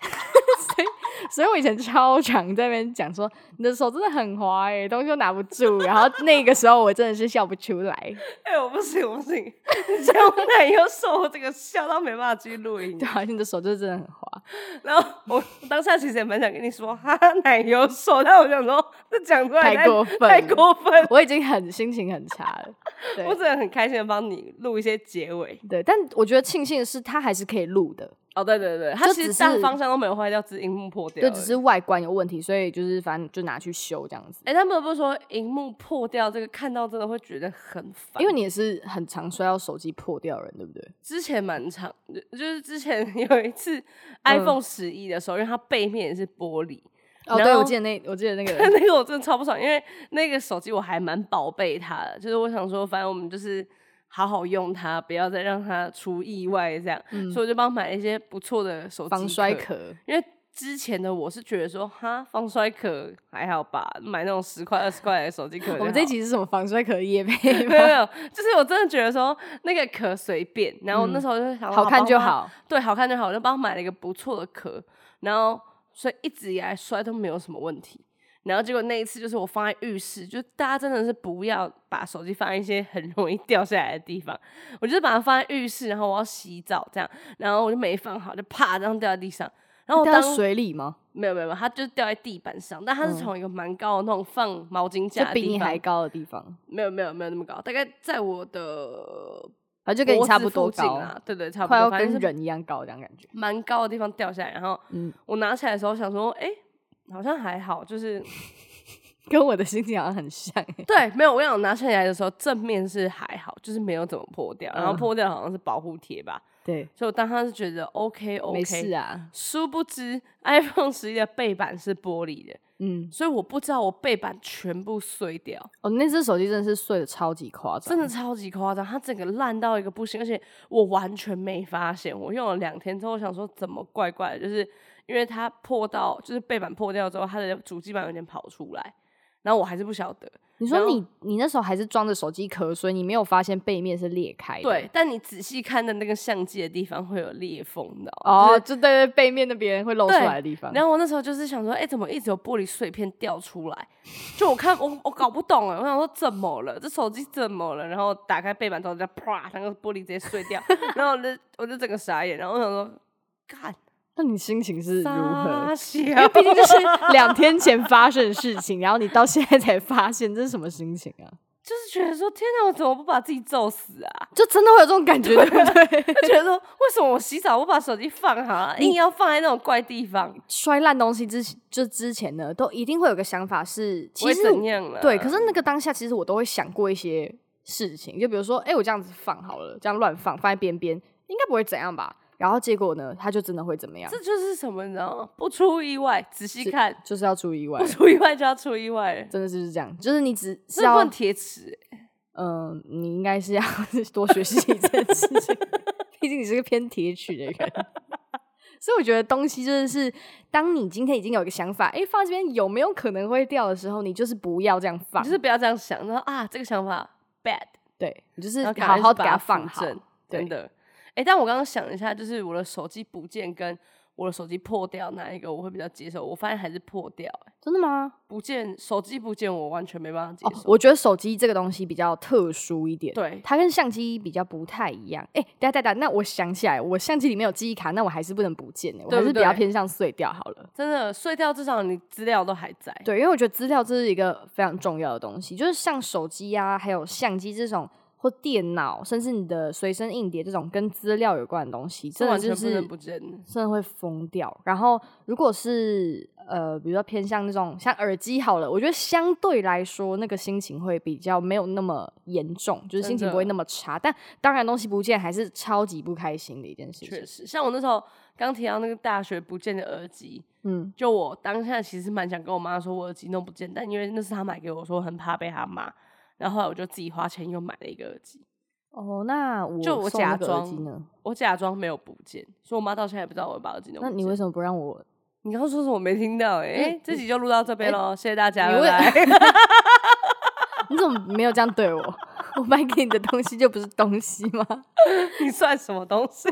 A: (laughs) 所以，所以我以前超常在那边讲说，你的手真的很滑哎、东西都拿不住。然后那个时候我真的是笑不出来， (laughs)
B: 哎、我不行，我不行， (laughs) 你这样我奶油受我这个笑到没办法继续录音
A: 对。啊，你的手就是真的很滑。
B: 然后我当下其实也蛮想跟你说，哈哈，奶油手，但我想说这讲出来
A: 太过分
B: 太
A: 了
B: 过分了。
A: 我已经很心情很差
B: (laughs)
A: 了，对
B: 我只能很开心的帮你录一些结尾。
A: 对，但我觉得庆幸的是，它还是可以录的，
B: 哦，对对对，它
A: 就
B: 其
A: 只
B: 实大
A: 是
B: 方向都没有坏掉，只是荧幕破掉而
A: 就
B: 已。
A: 只是外观有问题，所以就是反正就拿去修这样子。
B: 哎、他们不是说荧幕破掉这个看到真的会觉得很烦，
A: 因为你也是很常摔到手机破掉的人，对不对？
B: 之前蛮长，就就是之前 (laughs) 有一
A: 嗯
B: 次 iPhone 十一的时候，因为它背面也是玻璃，
A: 哦，
B: 然
A: 对，
B: 后
A: 我记得那我记得那个人，
B: 那个我真的超不爽，因为那个手机我还蛮宝贝它的，就是我想说，反正我们就是好好用它，不要再让它出意外这样，所以我就帮买了一些不错的手机
A: 嗯防摔，壳，
B: 因为。之前的我是觉得说，哈，防摔壳还好吧，买那种十块二十块的手机壳就好。
A: 我们这一集是什么防摔壳夜配
B: 没有没
A: 吗？ (laughs)
B: 有，就是我真的觉得说那个壳随便，然后那时候就想说、
A: 嗯好看就
B: 帮它
A: 好，
B: 对，好看就好，我就帮他买了一个不错的壳，然后所以一直以来摔都没有什么问题。然后结果那一次就是我放在浴室，就大家真的是不要把手机放在一些很容易掉下来的地方。我就是把它放在浴室，然后我要洗澡这样，然后我就没放好，就啪这样掉在地上。然后我
A: 掉
B: 当
A: 到水里吗？
B: 没有没有没有，它就掉在地板上，但它是从一个蛮高的那种放毛巾
A: 就
B: 架的
A: 比
B: 地
A: 你
B: 方，
A: 还高的地方，
B: 没有没有没有那么高，大概在我的
A: 反正就跟你
B: 脖
A: 差
B: 子
A: 不多
B: 附近
A: 高，
B: 啊，对对，差不
A: 快
B: 多，
A: 要
B: 反正
A: 跟
B: 是
A: 人一样高这样感觉。
B: 蛮高的地方掉下来，然后
A: 嗯，
B: 我拿起来的时候想说，哎、好像还好，就是 (laughs)
A: 跟我的心情好像很像欸。
B: 对，没有。我想拿下来的时候，正面是还好，就是没有怎么破掉，然后
A: 嗯
B: 破掉好像是保护贴吧，
A: 对，
B: 所以我当时是觉得 OK OK。
A: 没事啊。
B: 殊不知 iPhone 十一的背板是玻璃的，
A: 嗯，
B: 所以我不知道我背板全部碎掉，
A: 哦，那只手机真的是碎的超级夸张，
B: 真的超级夸张，它整个烂到一个不行，而且我完全没发现。我用了两天之后，想说怎么怪怪的，就是因为它破到，就是背板破掉之后，它的主机板有点跑出来，然后我还是不晓得。
A: 你
B: 然
A: 说
B: 后
A: 你你那时候还是装着手机壳，所以你没有发现背面是裂开的。
B: 对，，但你仔细看的那个相机的地方会有裂缝的
A: 哦，
B: 就是
A: 就对对，背面那边会露出
B: 对
A: 来的地方。
B: 然后我那时候就是想说，哎、怎么一直有玻璃碎片掉出来？就我看我我搞不懂哎、我想说怎么了？这手机怎么了？然后打开背板之后，再啪，那个玻璃直接碎
A: (laughs)
B: 掉，然后我就我就整个傻眼，然后我想说，干
A: 那你心情是如何？
B: 傻小，因
A: 因为毕竟就是两天前发生的事情，然后你到现在才发现，这是什么心情啊？
B: 就是觉得说，天哪，我怎么不把自己揍死啊？
A: (laughs) 就真的会有这种感觉，对不对？
B: 就觉得说，为什么我洗澡不把手机放好、啊，硬要放在那种怪地方？
A: 摔烂东西之前就之前呢，都一定会有个想法是，
B: 我会
A: 其实
B: 怎样了？啊
A: 对，可是那个当下，其实我都会想过一些事情，就比如说，哎、我这样子放好了，这样乱放，放在边边，应该不会怎样吧？然后结果呢，他就真的会怎么样？
B: 这就是什么，你知道吗？不出意外，仔细看，
A: 就是要出意外
B: 不，出意外就要出意外了，
A: 真的就是这样，就是你只是
B: 这不
A: 要
B: 能，铁齿、欸，
A: 嗯、你应该是要 (laughs) 多学习这件事情， (laughs) 毕竟你是个偏铁取的人。 (laughs) 所以我觉得东西真的是，当你今天已经有一个想法，哎、放在这边有没有可能会掉的时候，你就是不要这样放，
B: 你就是不要这样想，然后啊，这个想法 bad，
A: 对你就是
B: 然后赶
A: 好
B: 快
A: 好
B: 去把
A: 地给它
B: 它
A: 放
B: 扶
A: 好。
B: 正，
A: 对
B: 真的。哎、但我刚刚想了一下，就是我的手机不见跟我的手机破掉，哪一个我会比较接受？我发现还是破掉、欸
A: 真的吗？
B: 不见手机不见，我完全没办法
A: 哦
B: 接，受。
A: 我觉得手机这个东西比较特殊一点，
B: 对，
A: 它跟相机比较不太一样。哎、等一下等一下，那我想起来，我相机里面有记忆卡，那我还是不能不见欸的、我
B: 对
A: 还
B: 不
A: 是比较
B: 对
A: 偏向碎掉好了。
B: 真的碎掉，至少你资料都还在。
A: 对，因为我觉得资料这是一个非常重要的东西，就是像手机啊，还有相机这种，或电脑，甚至你的随身硬碟这种跟资料有关的东西，
B: 这
A: 真的
B: 完全
A: 就
B: 不能
A: 是
B: 不见的。
A: 真的会疯掉。然后如果是呃，比如说偏向那种像耳机好了，我觉得相对来说那个心情会比较没有那么严重，就是心
B: 真
A: 情
B: 的
A: 不会那么差。但当然东西不见还是超级不开心的一件事
B: 确
A: 情。
B: 实，像我那时候刚提到那个大学不见的耳机，
A: 嗯，
B: 就我当下其实蛮想跟我妈说我耳机弄不见，但因为那是她买给我，说我很怕被她骂。然后后来我就自己花钱又买了一个耳机，
A: 哦，那我
B: 就我
A: 送那
B: 假
A: 个耳
B: 装
A: 机呢？
B: 我假装没有不见，所以我妈到现在也不知道我把耳机弄不
A: 那
B: 见。
A: 你为什么不让我？
B: 你刚刚说什么？我没听到哎、欸
A: 嗯
B: 这集就录到这边喽，谢谢大家，拜
A: 你 (laughs)
B: (laughs)
A: 为
B: 拜。
A: 你怎么没有这样对我？我卖给你的东西就不是东西吗？ (laughs)
B: 你算什么东西？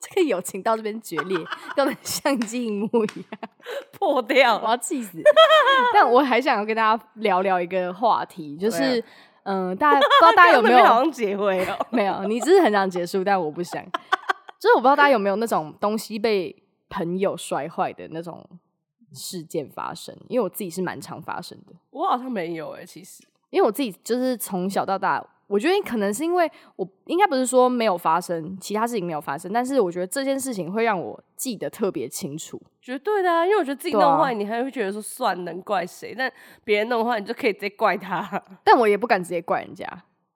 A: 这个友情到这边决裂，跟我们相机荧幕一样。
B: (laughs) 破掉
A: 我要气死！ (laughs) 但我还想要跟大家聊聊一个话题，就是嗯、呃大家不知道大家有没
B: 刚刚那边好
A: 有
B: 像结尾哦、
A: 没有？你只是很想结束，但我不想。 (laughs) 就是我不知道大家有没有那种东西被朋友摔坏的那种事件发生，因为我自己是蛮常发生的。
B: 我好像没有哎、欸，其实
A: 因为我自己就是从小到大，我觉得可能是因为我应该不是说没有发生，其他事情没有发生，但是我觉得这件事情会让我记得特别清楚。
B: 绝对的啊，因为我觉得自己
A: 对啊
B: 弄坏，你还会觉得说算能怪谁，但别人弄坏，你就可以直接怪他。 (laughs)
A: 但我也不敢直接怪人家，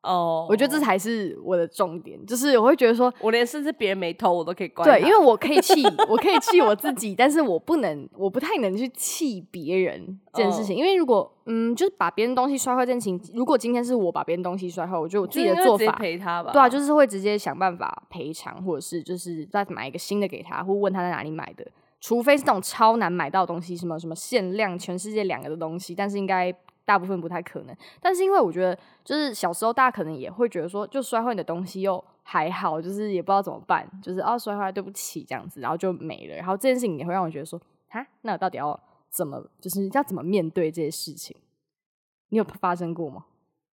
B: 哦，
A: 我觉得这才是我的重点，就是我会觉得说，
B: 我连甚至别人没偷我都可以怪他。
A: 对，因为我可
B: (laughs)
A: 以气，我可以气我自己，但是我不能，我不太能去气别人这件事情，因为如果嗯，就是把别人东西摔坏这件事情，如果今天是我把别人东西摔坏，我觉得我自己的
B: 就是应该
A: 做
B: 直接
A: 法。
B: 赔他吧。
A: 对啊，就是会直接想办法赔偿，或者是就是再买一个新的给他，或问他在哪里买的。除非是那种超难买到的东西，什么什么限量，全世界两个的东西，但是应该大部分不太可能。但是因为我觉得，就是小时候大家可能也会觉得说，就摔坏你的东西又还好，就是也不知道怎么办，就是哦摔坏对不起这样子，然后就没了。然后这件事情也会让我觉得说，哈，那我到底要怎么，就是要怎么面对这些事情？你有发生过吗？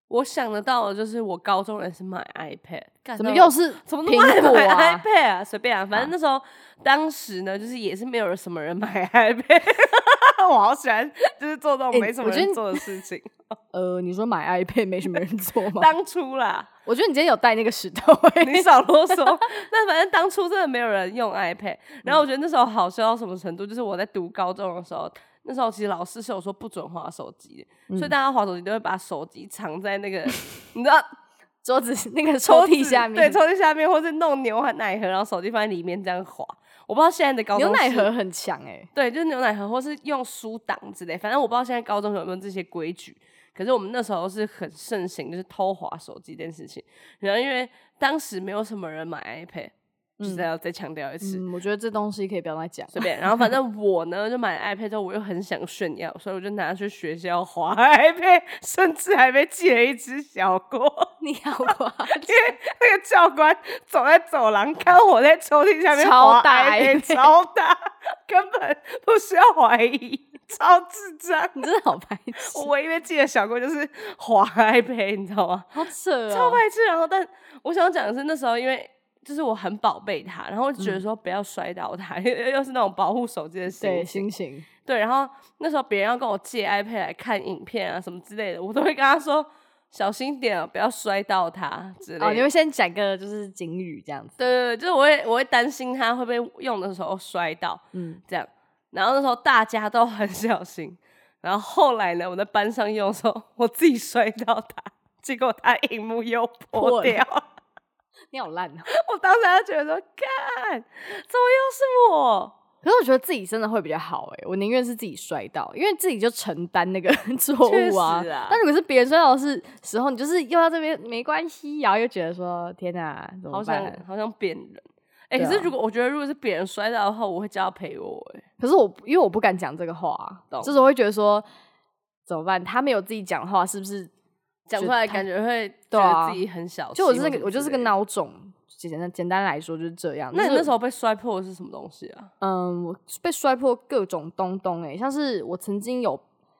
B: 我想得到的就是我高中人是买 iPad，干
A: 怎么
B: 那
A: 又
B: 我
A: 是
B: 啊怎么
A: 苹
B: 那么
A: 果
B: 爱买
A: 啊？
B: iPad 啊？随便啊，反正那时候、当时呢，就是也是没有什么人买 (laughs) iPad。我好喜欢，就是做这
A: 欸
B: 种没什
A: 我
B: 么
A: 觉得
B: 人
A: 你
B: 做的事情。
A: 呃，你说买 iPad 没什么人做 (laughs)
B: (laughs)
A: 吗？
B: 当初啦，
A: 我觉得你今天有带那个石头、
B: (laughs)
A: 欸，
B: 你少啰
A: (laughs)
B: 嗦。那反正当初真的没有人用 iPad，然后
A: 嗯
B: 我觉得那时候好笑到什么程度，就是我在读高中的时候，那时候其实老师是有说不准划手机的，
A: 嗯
B: 所以大家划手机都会把手机藏在那
A: (laughs)
B: 个你知道
A: 桌子那个抽
B: 抽
A: 屉
B: 屉
A: 下面，
B: 对，抽屉下面，或是弄牛奶盒，然后手机放在里面这样滑。我不知道现在的高中
A: 牛奶
B: 是
A: 盒很强哎、
B: 对，就是牛奶盒，或是用书挡之类。反正我不知道现在高中有没有这些规矩，可是我们那时候是很盛行，就是偷滑手机这件事情。然后因为当时没有什么人买 iPad，就是要再强调一次，
A: 嗯，我觉得这东西可以不要再 (laughs) 讲。
B: 随便。然后反正我呢，就买了 iPad 之后，我又很想炫耀，所以我就拿去学校滑 (laughs) iPad，甚至还被记了一只小过。
A: 你好夸 (laughs)
B: 因为那个教官走在走廊，看我在抽屉下面
A: 超
B: 滑
A: 大欸
B: iPad，
A: iPad
B: 超大， (laughs) 根本不需要怀疑，超智
A: (laughs)
B: 障。
A: 你真的好白痴
B: 我，唯一被记得小过就是滑 iPad，你知道吗？
A: 好扯 (laughs) 哦、
B: 超白痴。然后，但我想讲的是，那时候因为就是我很宝贝它，然后我就觉得说不要摔倒它，因为 (laughs) 又是那种保护手机的
A: 对
B: 心情。
A: 星星，
B: 对，然后那时候别人要跟我借 iPad 来看影片啊什么之类的，我都会跟他说小心点啊，不要摔到它之类的。
A: 哦，你会先讲个就是警语这样子，
B: 对对对，就是我会我会担心它会被用的时候摔到
A: 嗯，
B: 这样，然后那时候大家都很小心，然后后来呢，我在班上用的时候我自己摔到它，结果他荧幕又
A: 破
B: 破
A: 了
B: 掉。
A: 你好烂啊！
B: (laughs) 我当时还觉得说，看，怎么又是我？
A: (laughs) 可是我觉得自己真的会比较好哎、我宁愿是自己摔倒，因为自己就承担那个 (laughs) 错
B: 确
A: 误啊
B: 实。啊
A: 但如果是别人摔倒的是时候，你就是又到这边没关系，然后又觉得说天哪、怎
B: 好
A: 么
B: 想
A: 办？
B: 好想扁人。哎、
A: 对
B: 可是
A: 啊
B: 如果我觉得如果是别人摔倒的话，我会叫他陪我、哎，
A: 可是我不因为我不敢讲这个话啊、
B: 懂
A: 就是我会觉得说怎么办？他没有自己讲话，是不是？
B: 讲
A: 就
B: 出来
A: 他
B: 感觉会觉
A: 对啊
B: 得自己很小气
A: 就我
B: 或
A: 是
B: 什
A: 那
B: 哦么之类的、
A: 个，我就是个孬种。简单简单来说就是这样。
B: 那
A: 就
B: 你
A: 是
B: 那时候被摔破的是什么东西啊？
A: 嗯，我被摔破各种东东哎、欸，像是我曾经有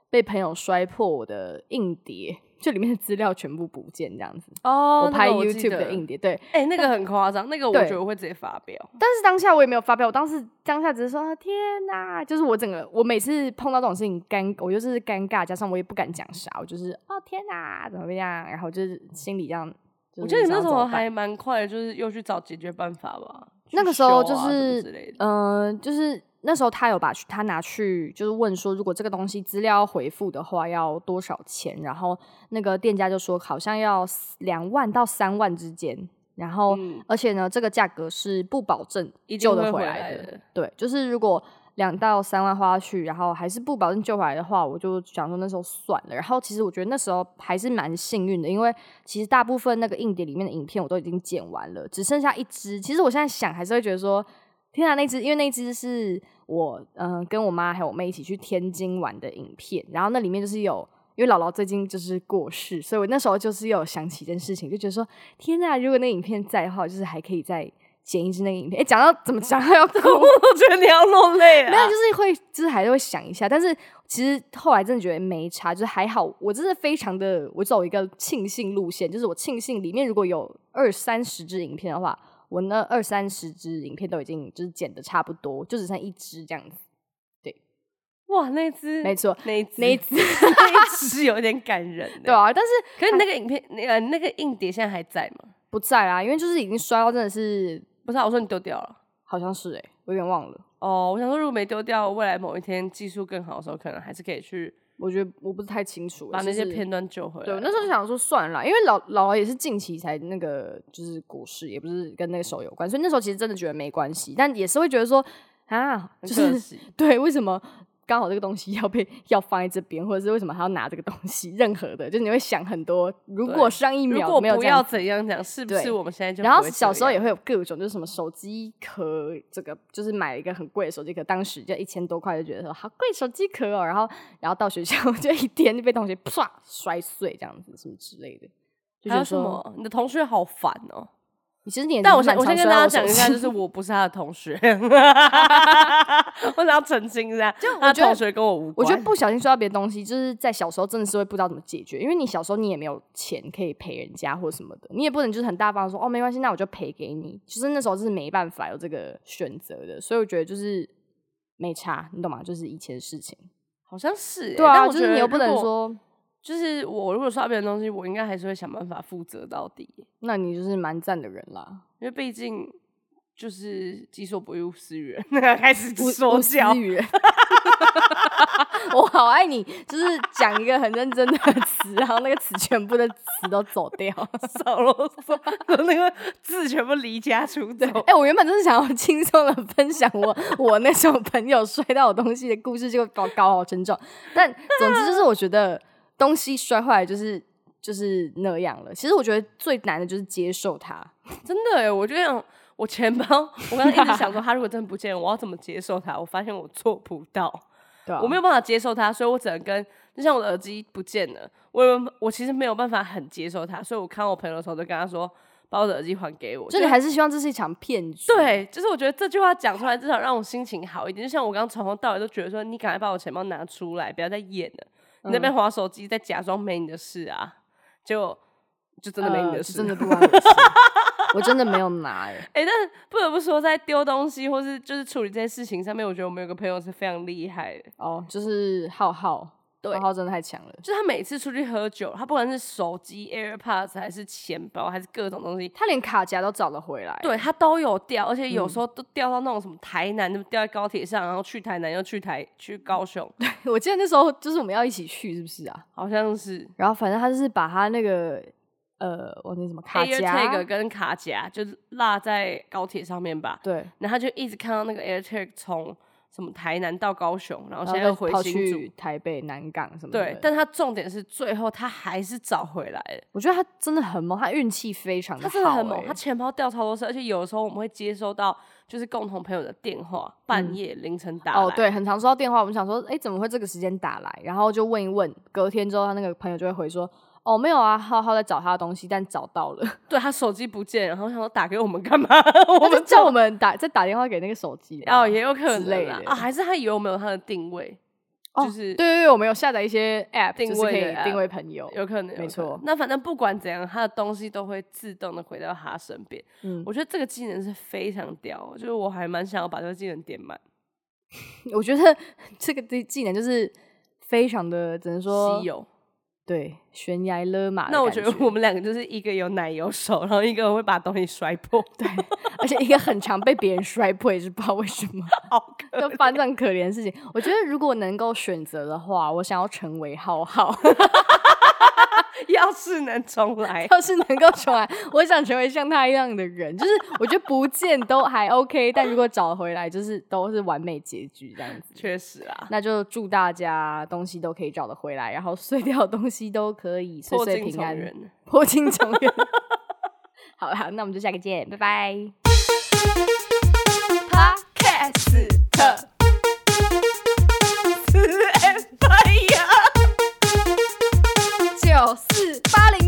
A: 被朋友摔破我的硬碟，就里面的资料全部不见这样子。
B: 哦
A: 我拍
B: 那个记
A: YouTube 的
B: 得
A: 硬碟，对。
B: 哎、那个很夸张，那个我
A: 对
B: 觉得我会直接发飙。
A: 但是当下我也没有发飙，我当时当下只是说啊天哪、就是我整个我每次碰到这种事情尴，我就是尴尬，加上我也不敢讲啥，我就是哦天哪、怎么样，然后就是心里这样。
B: 我觉得你那时候
A: 还。
B: 还蛮快的，就是又去找解决办法吧。去
A: 那个时候
B: 修
A: 就
B: 啊什么
A: 是
B: 之类的， (laughs)
A: 嗯、呃就是那时候他有把他拿去，就是问说，如果这个东西资料要回复的话，要多少钱？然后那个店家就说，好像要两万到三万之间。然后，
B: 嗯
A: 而且呢，这个价格是不保证
B: 一定
A: 救
B: 会
A: 得回
B: 回
A: 来
B: 来
A: 的。
B: 的
A: 对，就是如果两到三万花下去，然后还是不保证救回来的话，我就想说那时候算了。然后其实我觉得那时候还是蛮幸运的，因为其实大部分那个硬碟里面的影片我都已经剪完了，只剩下一支。其实我现在想还是会觉得说，天啊，那支因为那支是我嗯、呃跟我妈还有我妹一起去天津玩的影片，然后那里面就是有。因为姥姥最近就是过世，所以我那时候就是有想起一件事情，就觉得说天呐，如果那影片在的话，我就是还可以再剪一支那个影片。哎，讲到怎么 (laughs) 讲到要哭，
B: 我觉得你要落泪
A: 没有，
B: 啊
A: 就！是会，就是还是会想一下。但是其实后来真的觉得没差，就是还好。我真的非常的，我走一个庆幸路线，就是我庆幸里面如果有二三十支影片的话，我那二三十支影片都已经就是剪的差不多，就只剩一支这样子。
B: 哇，那只
A: 没错，
B: 那只
A: 那
B: (laughs)
A: 一支
B: 那一只有点感
A: (laughs)
B: 人欸。
A: 对啊，但是
B: 可是你那个影片，那个那个硬碟现在还在吗？
A: 不在啦，因为就是已经摔到真的是，
B: 不是、啊，我说你丢掉了。
A: 好像是哎、我有点忘了。
B: 哦，我想说，如果没丢掉，未来某一天技术更好的时候，可能还是可以去
A: 我觉得我不是太清楚欸，
B: 把
A: 就
B: 那些
A: 是
B: 片段救回来。
A: 对，我那时候就想说算了啦，因为老姥姥也是近期才那个就是股市，也不是跟那个手有关，所以那时候其实真的觉得没关系，但也是会觉得说啊，
B: 很
A: 就
B: 可
A: 是
B: 惜，
A: 对，为什么刚好这个东西 (laughs) 要被要放在这边，或者是为什么还要拿这个东西？任何的，就你会想很多，如
B: 对
A: 果上一
B: 如
A: 秒
B: 果
A: 没有
B: 不
A: 这样
B: 要
A: 子
B: 怎样讲，是不
A: 对
B: 是我们现在就
A: 然后
B: 不会这
A: 小时候
B: 样
A: 也会有各种，就是什么手机壳，这个就是买了一个很贵的手机壳，当时就一千多块，就觉得说好贵手机壳哦。然后，然后到学校 (laughs) 就一天就被同学啪摔碎，这样子什么之类的。就觉
B: 还有
A: 得
B: 什
A: 说？
B: 么？你的同学好烦哦、
A: 你其实哎你也
B: 但
A: 是
B: 我先
A: 蛮
B: 我先
A: 常
B: 跟
A: 摔
B: 大家
A: 到手
B: 讲一下，
A: 机
B: 就是我不是他的同
A: (laughs)
B: 学，我想要澄清一下，就他
A: 我觉得
B: 同学跟我无
A: 我
B: 关。
A: 觉得不小心摔到别的东西，就是在小时候真的是会不知道怎么解决，因为你小时候你也没有钱可以赔人家或什么的，你也不能就是很大方地说哦没关系，那我就赔给你。其实那时候是没办法有这个选择的，所以我觉得就是没差，你懂吗？就是以前的事情。
B: 好像是、欸，
A: 对
B: 但
A: 啊，
B: 我
A: 就
B: 觉
A: 是
B: 得
A: 你又
B: 如
A: 不能
B: 果，
A: 说，
B: 就是我如果刷别人东西，我应该还是会想办法负责到底，
A: 那你就是蛮赞的人啦。
B: 因为毕竟就是己所不欲，勿施于人。 (laughs) 开始说
A: 无
B: 教
A: 私，语人， (laughs) 我好爱你，就是讲一个很认真的词，然后那个词全部的词都走掉。
B: 少啰嗦，那个字全部离家出走。 (laughs)
A: 哎、我原本就是想要轻松的分享我我那种朋友摔到我东西的故事，结果搞搞好沉重。但总之就是，我觉得东西摔坏了就是就是那样了。其实我觉得最难的就是接受它。
B: 真的哎、我就想我钱包，我刚刚一直想说，他如果真的不见，我要怎么接受它？我发现我做不到。
A: 对、啊，
B: 我没有
A: 有
B: 办法接受它，所以我只能跟，就像我的耳机不见了，我有我其实没有办法很接受它，所以我看我朋友的时候就跟他说，把我的耳机还给我。
A: 就
B: 就
A: 你还是希望这是一场骗局。
B: 对，就是我觉得这句话讲出来，至少让我心情好一点。就像我刚刚从头到尾都觉得说，你赶快把我钱包拿出来，不要再演了。
A: 嗯
B: 你那边划手机，在假装没你的事啊，结果就真的没你
A: 呃
B: 的
A: 就
B: 事。啊 (laughs)
A: 真的不关我的事，我真的没有拿、欸。
B: 哎、但不得不说，在丢东西或是就是处理这些事情上面，我觉得我们有个朋友是非常厉害的。
A: 哦，就是浩浩，
B: 对
A: 浩浩真的太强了。
B: 就是他每次出去喝酒，他不管是手机、AirPods 还是钱包，还是各种东西，
A: 他连卡夹都找了回来，
B: 对他都有掉，而且
A: 嗯
B: 有时候都掉到那种什么台南，就掉在高铁上，然后去台南又去台去高
A: (laughs)
B: 雄，
A: 我记得那时候就是我们要一起去，是不是啊？
B: 好像是
A: 然后反正他就是把他那个呃，我那什么 (laughs) 卡
B: Air
A: 夹，
B: Tag 跟卡夹就落在高铁上面吧，
A: 对，
B: 然后他就一直看到那个 Air Tag 从什么台南到高雄，然后现
A: 然后
B: 在
A: 再
B: 又回
A: 跑
B: 新竹。
A: 去台北、南港什么的。
B: 对，但他重点是最后他还是找回来了，
A: 我觉得他真的很猛，他运气非常
B: 他
A: 的好、欸，
B: 真的很猛，他钱包掉超多次，而且有的时候我们会接收到就是共同朋友的电话，半夜凌晨打来，
A: 嗯哦，对，很常收到电话，我们想说，哎、怎么会这个时间打来？然后就问一问，隔天之后，他那个朋友就会回说，哦，没有啊，浩浩在找他的东西，但找到了，
B: 对他手机不见，然后想说打给我们干嘛？
A: 他 (laughs)
B: 我
A: 就
B: 们
A: 叫我们打再打电话给那个手机吧。
B: 哦，也有可
A: 之
B: 能
A: 类
B: 啦
A: 的
B: 啊，还是他以为我们有他的定位，
A: 哦
B: 就是
A: 对对对，我们有下载一些 app，
B: 定
A: 就是可
B: 位的
A: 以
B: app
A: 定位朋友。
B: 有可能，有
A: 没
B: 可能
A: 错
B: 那反正不管怎样，他的东西都会自动的回到他身边。
A: 嗯，
B: 我觉得这个技能是非常屌，哦就是我还蛮想要把这个技能点满，
A: 我觉得 (laughs) 这个技技能就是非常的，只能说
B: 稀有。
A: 对悬崖勒马的
B: 那我
A: 感
B: 觉
A: 觉
B: 得我们两个就是一个有奶油手，然后一个会把东西摔破， (laughs)
A: 对，而且一个很常被别人摔破，也是不知道为什么。
B: 好可
A: (laughs) 就发生这种可怜的事情。我觉得如果能够选择的话，我想要成为浩浩， (laughs)
B: 要是能重来，
A: 要是能够重来，我想成为像他一样的人。就是我觉得不见都还 OK，但如果找回来，就是都是完美结局这样子。
B: 确实啊啦，
A: 那就祝大家东西都可以找得回来，然后碎掉的东西都可以岁
B: 破
A: 岁
B: 镜
A: 平
B: 重
A: 安，
B: 圆。
A: 破镜重圆。
B: (laughs)
A: 好啦，那我们就下个见，拜拜。
B: Podcast 四 F 呀。
A: 啊九四八零